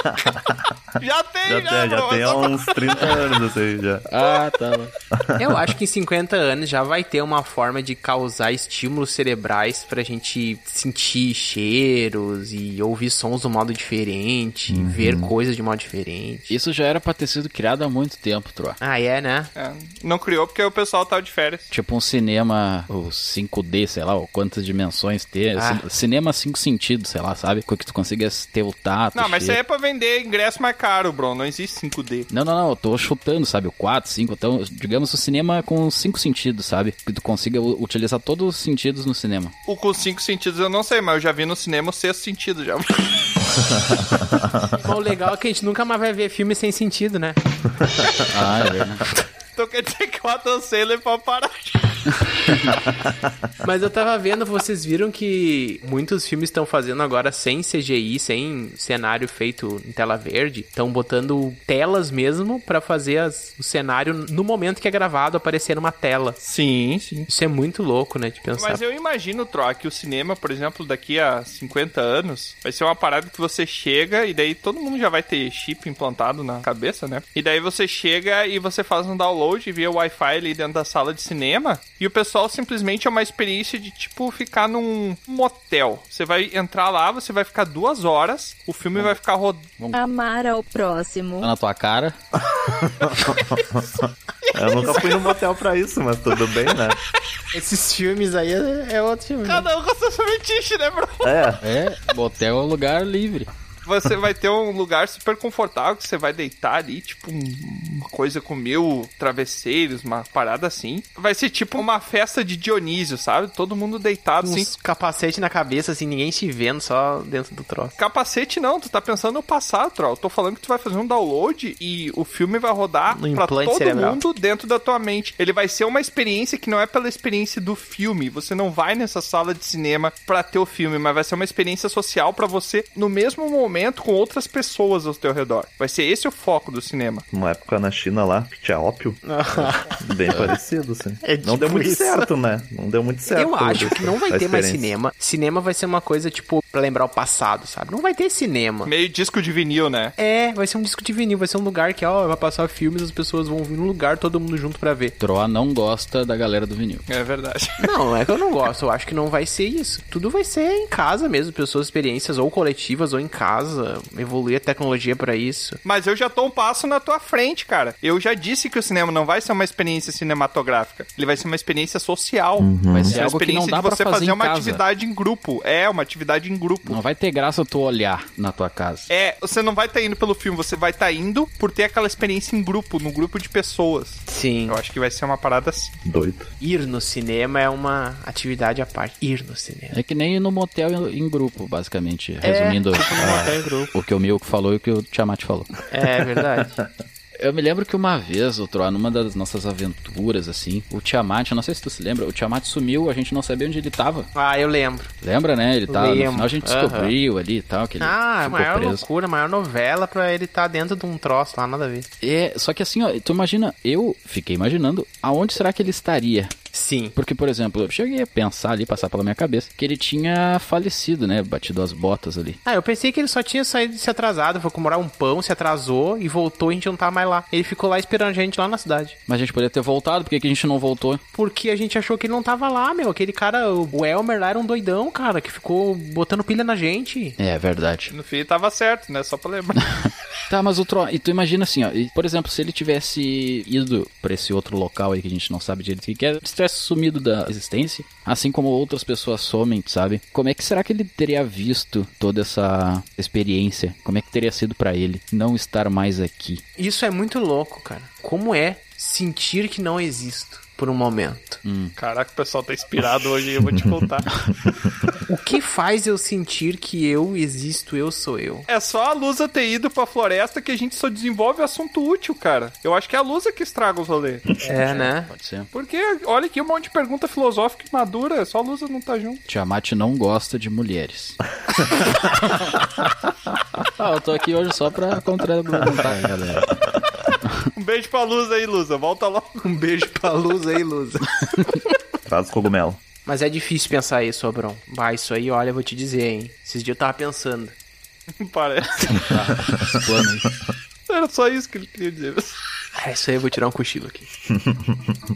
Speaker 3: Já tem,
Speaker 4: Já
Speaker 3: já,
Speaker 4: tem, já
Speaker 3: bro,
Speaker 4: tem um.
Speaker 3: é só
Speaker 4: há uns 30 anos, assim, já.
Speaker 1: Ah, tá.
Speaker 2: Eu acho que em 50 anos já vai ter uma forma de causar estímulos cerebrais pra gente sentir cheiros e ouvir sons de um modo diferente, ver coisas de modo diferente.
Speaker 1: Isso já era pra ter sido criado há muito tempo, Troa.
Speaker 2: Ah, é, né?
Speaker 3: É, não criou porque o pessoal tava de férias.
Speaker 1: Tipo um cinema, o 5D, sei lá, ou quantas dimensões ter.
Speaker 2: Ah.
Speaker 1: Cin- Cinema cinco sentidos, sei lá, sabe? Com que tu consiga ter o tato.
Speaker 3: Não, mas isso é aí
Speaker 1: cheiro.
Speaker 3: é pra vender ingresso mais caro, Bruno. Não existe 5D.
Speaker 1: Não, não, não, eu tô chutando, sabe? O 4, 5, então, digamos o cinema com cinco sentidos, sabe? Que tu consiga u- utilizar todos os sentidos no cinema.
Speaker 3: O com cinco sentidos eu não sei, mas eu já vi no cinema o sexto sentido já.
Speaker 2: Mas o legal é que a gente nunca mais vai ver filme sem sentido, né?
Speaker 1: Ah, é verdade.
Speaker 3: então quer dizer que o Adam Sandler pode parar.
Speaker 2: Mas eu tava vendo, vocês viram que muitos filmes estão fazendo agora sem CGI, sem cenário feito em tela verde. Estão botando telas mesmo pra fazer as- o cenário no momento que é gravado aparecer numa tela.
Speaker 3: Sim, sim.
Speaker 2: Isso é muito louco, né, de pensar.
Speaker 3: Mas eu imagino, Troa, que o cinema, por exemplo, daqui a 50 anos, vai ser uma parada que você chega e daí todo mundo já vai ter chip implantado na cabeça, né? E daí você chega e você faz um download via Wi-Fi ali dentro da sala de cinema e o pessoal simplesmente é uma experiência de, tipo, ficar num motel. Você vai entrar lá, você vai ficar duas horas, o filme vai ficar rodando.
Speaker 5: Amar ao próximo.
Speaker 1: Tá na tua cara.
Speaker 4: Eu nunca fui no motel pra isso, mas tudo bem, né?
Speaker 2: Esses filmes aí é, outro filme.
Speaker 3: Cada um com seu fetiche, né, bro?
Speaker 4: É,
Speaker 1: É, motel é um lugar livre.
Speaker 3: Você vai ter um lugar super confortável que você vai deitar ali, tipo um- uma coisa com mil travesseiros, uma parada assim. Vai ser tipo uma festa de Dionísio, sabe? Todo mundo deitado assim.
Speaker 2: Uns capacete na cabeça, assim, ninguém te vendo, só dentro do troço.
Speaker 3: Capacete não, tu tá pensando no passado, Troll. Tô falando que tu vai fazer um download e o filme vai rodar
Speaker 2: No
Speaker 3: pra
Speaker 2: implante
Speaker 3: todo
Speaker 2: cerebral.
Speaker 3: mundo dentro da tua mente. Ele vai ser uma experiência que não é pela experiência do filme. Você não vai nessa sala de cinema pra ter o filme, mas vai ser uma experiência social pra você no mesmo momento com outras pessoas ao teu redor. Vai ser esse o foco do cinema.
Speaker 4: uma época na China lá, que tinha ópio, bem parecido, assim.
Speaker 2: É
Speaker 4: Não deu
Speaker 2: tipo
Speaker 4: muito
Speaker 2: isso.
Speaker 4: certo, né? Não deu muito certo.
Speaker 2: Eu acho
Speaker 4: tudo
Speaker 2: que
Speaker 4: isso,
Speaker 2: não vai
Speaker 4: a
Speaker 2: ter mais
Speaker 4: experiência.
Speaker 2: cinema. Cinema vai ser uma coisa tipo pra lembrar o passado, sabe? Não vai ter cinema.
Speaker 3: Meio disco de vinil, né?
Speaker 2: É, vai ser um disco de vinil, vai ser um lugar que, ó, vai passar filmes, as pessoas vão vir num lugar, todo mundo junto pra ver.
Speaker 1: Troa não gosta da galera do vinil.
Speaker 3: É verdade.
Speaker 2: Não, é que eu não gosto, eu acho que não vai ser isso. Tudo vai ser em casa mesmo, pessoas, experiências ou coletivas ou em casa, evoluir a tecnologia pra isso.
Speaker 3: Mas eu já tô um passo na tua frente, cara. Eu já disse que o cinema não vai ser uma experiência cinematográfica. Ele vai ser uma experiência social.
Speaker 1: Vai ser
Speaker 3: É uma
Speaker 1: algo que não
Speaker 3: experiência
Speaker 1: dá
Speaker 3: de
Speaker 1: pra
Speaker 3: você
Speaker 1: fazer
Speaker 3: fazer
Speaker 1: em
Speaker 3: uma
Speaker 1: casa.
Speaker 3: atividade em grupo. É, uma atividade em grupo.
Speaker 1: Não vai ter graça tu olhar na tua casa.
Speaker 3: É, você não vai estar indo pelo filme, você vai estar indo por ter aquela experiência em grupo, num grupo de pessoas.
Speaker 2: Sim.
Speaker 3: Eu acho que vai ser uma parada assim.
Speaker 4: Doido.
Speaker 2: Ir no cinema é uma atividade à parte. Ir no cinema.
Speaker 1: É que nem ir no motel em grupo,
Speaker 2: É.
Speaker 1: basicamente. Resumindo ah,
Speaker 2: motel em grupo.
Speaker 1: o que o Milko falou e o que o Tiamat falou.
Speaker 2: É verdade.
Speaker 1: Eu me lembro que uma vez, o Troá, numa das nossas aventuras, assim, o Tiamat, eu não sei se tu se lembra, o Tiamat sumiu, a gente não sabia onde ele tava.
Speaker 2: ah, eu lembro.
Speaker 1: Lembra, né? Ele tava. No
Speaker 2: Lembro,
Speaker 1: final a gente
Speaker 2: aham.
Speaker 1: descobriu ali e tal, que ele
Speaker 2: Ah,
Speaker 1: ficou
Speaker 2: maior
Speaker 1: preso.
Speaker 2: loucura, maior novela pra ele estar dentro de um troço lá, nada a ver.
Speaker 1: É, só que assim, ó, tu imagina, eu fiquei imaginando aonde será que ele estaria.
Speaker 2: Sim.
Speaker 1: Porque, por exemplo, eu cheguei a pensar ali, passar pela minha cabeça, que ele tinha falecido, né? Batido as botas ali.
Speaker 2: Ah, eu pensei que ele só tinha saído se atrasado, foi comemorar um pão, se atrasou e voltou e a gente não tava mais lá. Ele ficou lá esperando a gente lá na cidade.
Speaker 1: Mas a gente poderia ter voltado, por que que a gente não voltou?
Speaker 2: Porque a gente achou que ele não tava lá, meu. Aquele cara, o Elmer lá era um doidão, cara, que ficou botando pilha na gente.
Speaker 1: É, verdade.
Speaker 3: No fim, tava certo, né? Só pra lembrar.
Speaker 1: Tá, mas o Tro... E tu imagina assim, ó. e, por exemplo, se ele tivesse ido pra esse outro local aí que a gente não sabe direito o que que é, se tivesse sumido da existência, assim como outras pessoas somem, sabe? Como é que será que ele teria visto toda essa experiência? Como é que teria sido pra ele não estar mais aqui?
Speaker 2: Isso é muito louco, cara. Como é sentir que não existo por um momento?
Speaker 1: Uhum.
Speaker 3: Caraca, o pessoal tá inspirado hoje, eu vou te contar.
Speaker 2: O que faz eu sentir que eu existo, eu sou eu?
Speaker 3: É só a Lusa ter ido pra floresta que a gente só desenvolve assunto útil, cara. Eu acho que é a Lusa que estraga os rolês.
Speaker 2: É, né?
Speaker 1: Pode ser.
Speaker 3: Porque, olha aqui, um monte de pergunta filosófica e madura, só a Lusa não tá junto.
Speaker 1: Tiamat não gosta de mulheres. ah, eu tô aqui hoje só pra contrargumentar, É, galera.
Speaker 3: Um beijo pra Lusa aí, Lusa, volta logo.
Speaker 2: Um beijo pra luz aí, luz.
Speaker 4: Traz o cogumelo.
Speaker 2: Mas é difícil pensar isso, Abrão. Bah, isso aí, olha, eu vou te dizer, hein. Esses dias eu tava pensando.
Speaker 3: Parece.
Speaker 1: Plano aí.
Speaker 3: Era só isso que ele queria dizer.
Speaker 2: Ah, isso aí eu vou tirar um cochilo aqui.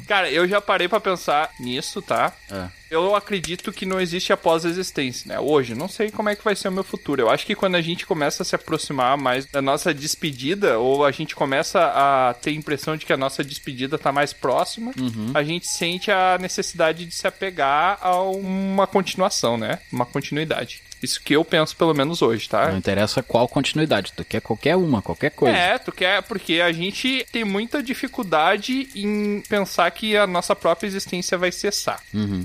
Speaker 3: Cara, eu já parei pra pensar nisso, tá?
Speaker 1: É.
Speaker 3: Eu acredito que não existe após a existência, né? Hoje, não sei como é que vai ser o meu futuro. Eu acho que quando a gente começa a se aproximar mais da nossa despedida, ou a gente começa a ter a impressão de que a nossa despedida tá mais próxima, a gente sente a necessidade de se apegar a uma continuação, né? Uma continuidade. Isso que eu penso, pelo menos hoje, tá?
Speaker 1: Não interessa qual continuidade, tu quer qualquer uma, qualquer coisa.
Speaker 3: É, tu quer, porque a gente tem muita dificuldade em pensar que a nossa própria existência vai cessar.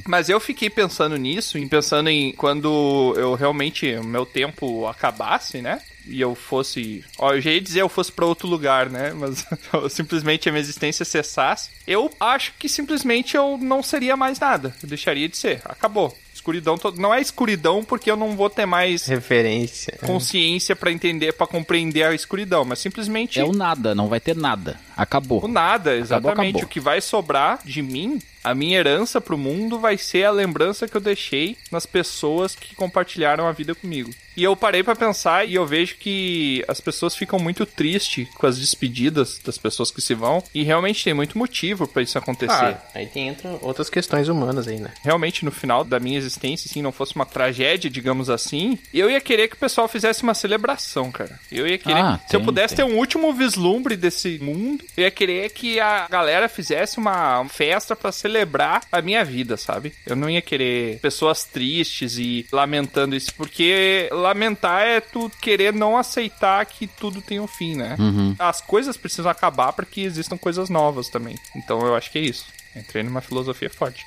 Speaker 3: Mas eu fiquei pensando nisso, em pensando em quando eu realmente, o meu tempo acabasse, né? E eu fosse. Ó, eu já ia dizer eu fosse pra outro lugar, né? Mas eu simplesmente a minha existência cessasse. Eu acho que simplesmente eu não seria mais nada. Eu deixaria de ser. Acabou. Escuridão. to- Não é escuridão porque eu não vou ter mais
Speaker 2: Referência.
Speaker 3: consciência pra entender, pra compreender a escuridão, mas simplesmente
Speaker 1: É o nada, não vai ter nada. Acabou.
Speaker 3: o Tipo, nada, exatamente.
Speaker 1: acabou.
Speaker 3: O que vai sobrar de mim, a minha herança pro mundo, vai ser a lembrança que eu deixei nas pessoas que compartilharam a vida comigo. E eu parei pra pensar e eu vejo que as pessoas ficam muito tristes com as despedidas das pessoas que se vão, e realmente tem muito motivo pra isso acontecer.
Speaker 2: Ah, aí tem entram outras questões humanas aí, né?
Speaker 3: realmente no final da minha existência, assim, não fosse uma tragédia, digamos assim, eu ia querer que o pessoal fizesse uma celebração, cara. Eu ia querer.
Speaker 1: Ah,
Speaker 3: se eu
Speaker 1: tem,
Speaker 3: pudesse
Speaker 1: tem.
Speaker 3: ter um último vislumbre desse mundo, eu ia querer que a galera fizesse uma festa pra celebrar a minha vida, sabe? Eu não ia querer pessoas tristes e lamentando isso, porque lamentar é tu querer não aceitar que tudo tem um fim, né?
Speaker 1: Uhum.
Speaker 3: As coisas precisam acabar para que existam coisas novas também. Então eu acho que é isso. Entrei numa filosofia forte.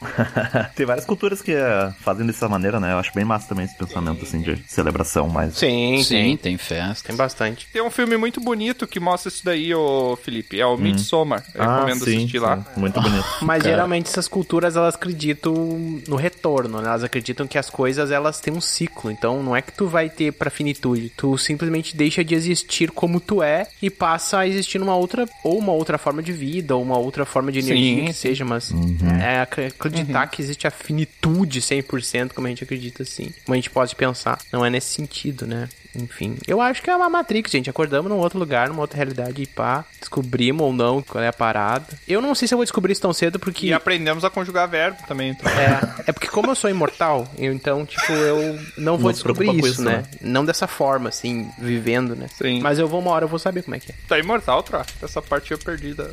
Speaker 4: Tem várias culturas que eh, fazem dessa maneira, né? Eu acho bem massa também esse pensamento, assim, de celebração, mas...
Speaker 2: Sim,
Speaker 1: Sim, tem festa.
Speaker 2: Tem bastante.
Speaker 3: Tem um filme muito bonito que mostra isso daí, ô Felipe. É o Midsommar. Eu
Speaker 4: Ah,
Speaker 3: recomendo assistir lá.
Speaker 4: Muito bonito.
Speaker 2: Mas geralmente essas culturas elas acreditam no retorno, né? Elas acreditam que as coisas elas têm um ciclo. Então não é que tu vai ter pra finitude. Tu simplesmente deixa de existir como tu é e passa a existir numa outra ou uma outra forma de vida ou uma outra forma de energia
Speaker 3: Sim,
Speaker 2: que
Speaker 3: sim.
Speaker 2: seja, formas.
Speaker 4: Uhum.
Speaker 2: É ac- acreditar que existe a finitude 100%, como a gente acredita, assim. Como a gente pode pensar. Não é nesse sentido, né? Enfim, eu acho que é uma Matrix, gente. Acordamos num outro lugar, numa outra realidade e pá. Descobrimos ou não qual é a parada. Eu não sei se eu vou descobrir isso tão cedo, porque.
Speaker 3: E aprendemos a conjugar verbo também. Então.
Speaker 2: É, é porque como eu sou imortal, eu, então, tipo, eu não vou
Speaker 4: Não se
Speaker 2: descobrir
Speaker 4: preocupa
Speaker 2: isso,
Speaker 4: com isso,
Speaker 2: né? Não dessa forma, assim, vivendo, né?
Speaker 3: Sim.
Speaker 2: Mas eu vou uma hora, eu vou saber como é que é.
Speaker 3: Tá imortal, Troca. Essa parte eu perdi. Da...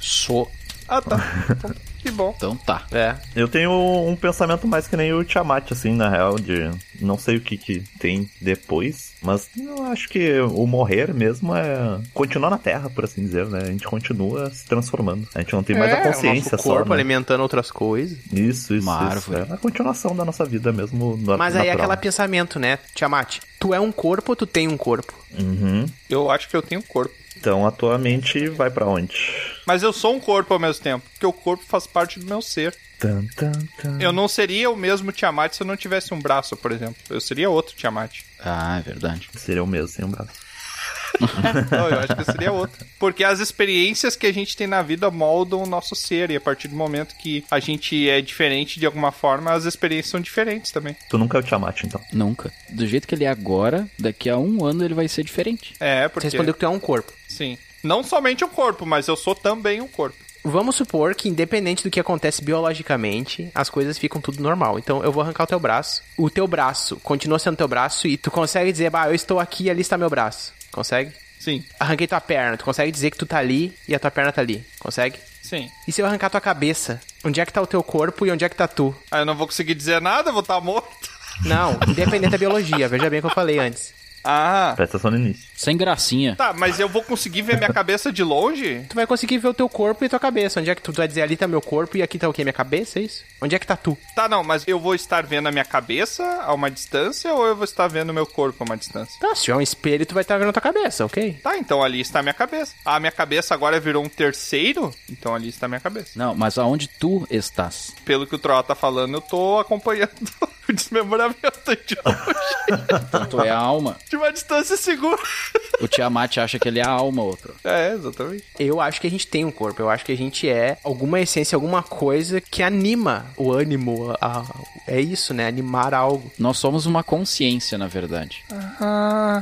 Speaker 1: Sou.
Speaker 3: ah, tá. Então, que bom.
Speaker 1: Então tá.
Speaker 2: É.
Speaker 4: Eu tenho um pensamento mais que nem o Tiamat, assim, na real, de não sei o que, que tem depois, mas eu acho que o morrer mesmo é continuar na Terra, por assim dizer, né? A gente continua se transformando. A gente não tem mais
Speaker 2: É,
Speaker 4: a consciência
Speaker 2: o nosso corpo é
Speaker 4: só. né?
Speaker 2: alimentando outras coisas.
Speaker 4: Isso, isso,
Speaker 1: Uma
Speaker 4: isso.
Speaker 1: árvore.
Speaker 4: É a continuação da nossa vida mesmo. Na,
Speaker 2: Mas aí é
Speaker 4: natural.
Speaker 2: aquele pensamento, né, Tiamat? Tu é um corpo ou tu tem um corpo?
Speaker 4: Uhum.
Speaker 3: Eu acho que eu tenho corpo.
Speaker 4: Então a tua mente vai pra onde?
Speaker 3: Mas eu sou um corpo ao mesmo tempo, porque o corpo faz parte do meu ser.
Speaker 4: Tan, tan, tan.
Speaker 3: Eu não seria o mesmo Tiamat se eu não tivesse um braço, por exemplo. Eu seria outro Tiamat.
Speaker 1: Ah, é verdade.
Speaker 4: Seria o mesmo, sem um braço.
Speaker 3: Não, eu acho que eu seria outro. Porque as experiências que a gente tem na vida moldam o nosso ser. E a partir do momento que a gente é diferente de alguma forma, as experiências são diferentes também.
Speaker 4: Tu nunca é o Tiamat, então.
Speaker 1: Nunca. Do jeito que ele é agora, daqui a um ano ele vai ser diferente.
Speaker 3: É,
Speaker 2: Você
Speaker 3: porque.
Speaker 2: respondeu que tu é um corpo.
Speaker 3: Sim. Não somente o corpo, mas eu sou também um corpo.
Speaker 2: Vamos supor que, independente do que acontece biologicamente, as coisas ficam tudo normal. Então, eu vou arrancar o teu braço. O teu braço continua sendo teu braço e tu consegue dizer, bah, eu estou aqui e ali está meu braço. Consegue?
Speaker 3: Sim,
Speaker 2: Arranquei tua perna. Tu consegue dizer que tu tá ali e a tua perna tá ali. Consegue?
Speaker 3: sim.
Speaker 2: E se eu arrancar tua cabeça? Onde é que tá o teu corpo e onde é que tá tu?
Speaker 3: Aí Ah, eu não vou conseguir dizer nada, eu vou estar morto.
Speaker 2: Não, independente da biologia. Veja bem o que eu falei antes.
Speaker 3: Ah.
Speaker 4: Presta atenção no início.
Speaker 1: Sem gracinha.
Speaker 3: Tá, mas eu vou conseguir ver minha cabeça de longe?
Speaker 2: Tu vai conseguir ver o teu corpo e tua cabeça. Onde é que tu, tu vai dizer ali tá meu corpo e aqui tá o quê? Minha cabeça? É isso? Onde é que tá tu?
Speaker 3: Tá, não, mas eu vou estar vendo a minha cabeça a uma distância ou eu vou estar vendo o meu corpo a uma distância?
Speaker 2: Tá, se tiver um espelho, tu vai estar vendo a tua cabeça, ok?
Speaker 3: Tá, então ali está a minha cabeça. A minha cabeça agora virou um terceiro, então ali está a minha cabeça.
Speaker 1: Não, mas aonde tu estás?
Speaker 3: Pelo que o Troll tá falando, eu tô acompanhando o desmembramento de longe,
Speaker 1: Tu é a alma.
Speaker 3: de uma distância segura.
Speaker 1: O Tiamat acha que ele é a alma, outro.
Speaker 3: É, exatamente.
Speaker 2: Eu acho que a gente tem um corpo. Eu acho que a gente é alguma essência, alguma coisa que anima o ânimo. a- a- é isso, né? Animar algo.
Speaker 1: Nós somos uma consciência, na verdade.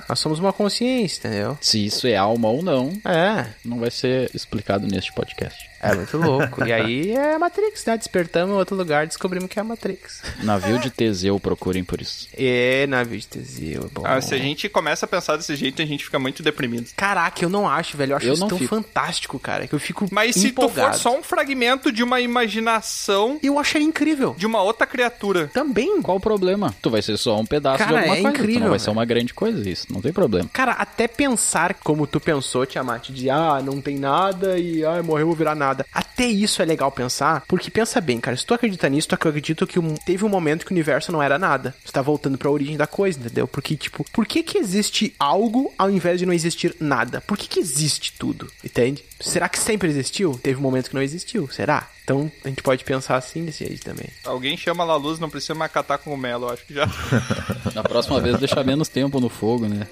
Speaker 2: Nós somos uma consciência, entendeu?
Speaker 1: Se isso é alma ou não,
Speaker 2: É,
Speaker 1: não vai ser explicado neste podcast.
Speaker 2: é muito louco. e aí é a Matrix, né? Despertamos em outro lugar, descobrimos que é a Matrix.
Speaker 1: Navio de Teseu, procurem por isso.
Speaker 2: E navio de Teseu, é bom.
Speaker 3: Ah, se a gente começa a pensar desse jeito, a gente fica muito deprimido.
Speaker 2: Caraca, eu não acho, velho. Eu acho
Speaker 1: Eu
Speaker 2: isso
Speaker 1: não
Speaker 2: tão
Speaker 1: fico.
Speaker 2: fantástico, cara. Que eu fico
Speaker 3: Mas
Speaker 2: empolgado.
Speaker 3: se tu for só um fragmento de uma imaginação
Speaker 2: Eu acharia incrível.
Speaker 3: de uma outra criatura.
Speaker 2: Também.
Speaker 1: Qual o problema? Tu vai ser só um pedaço
Speaker 2: Cara,
Speaker 1: de alguma
Speaker 2: é
Speaker 1: coisa. tu
Speaker 2: incrível,
Speaker 1: não vai ser
Speaker 2: velho.
Speaker 1: uma grande coisa isso, não tem problema.
Speaker 2: Cara, até pensar como tu pensou, Tiamat, de ah, não tem nada e ah, morreu, vou virar nada. Até isso é legal pensar, porque pensa bem, cara, se tu acredita nisso, tu acredita que um- teve um momento que o universo não era nada. Tu tá voltando pra origem da coisa, entendeu? Porque, tipo, por que que existe algo ao invés de não existir nada? Por que que existe tudo? Entende? Será que sempre existiu? Teve um momento que não existiu, será? Então, a gente pode pensar assim desse jeito também.
Speaker 3: Alguém chama lá a luz, não precisa mais catar cogumelo, eu acho que já.
Speaker 1: Na próxima vez deixa menos tempo no fogo, né?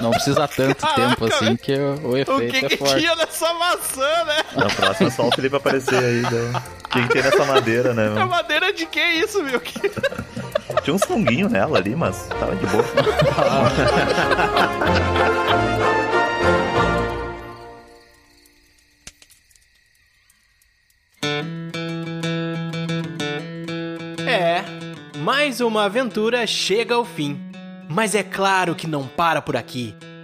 Speaker 1: Não precisa tanto tempo assim que o, o
Speaker 3: o
Speaker 1: efeito
Speaker 3: que,
Speaker 1: é
Speaker 3: que
Speaker 1: forte.
Speaker 3: tinha nessa maçã, né?
Speaker 4: Na próxima é só o Felipe aparecer aí. Né? Quem que tem nessa madeira, né?
Speaker 3: A
Speaker 4: meu?
Speaker 3: madeira de que é isso, meu? Que-
Speaker 4: Tinha uns funguinhos nela ali, mas tava de boa.
Speaker 2: É, mais uma aventura chega ao fim. Mas é claro que não para por aqui.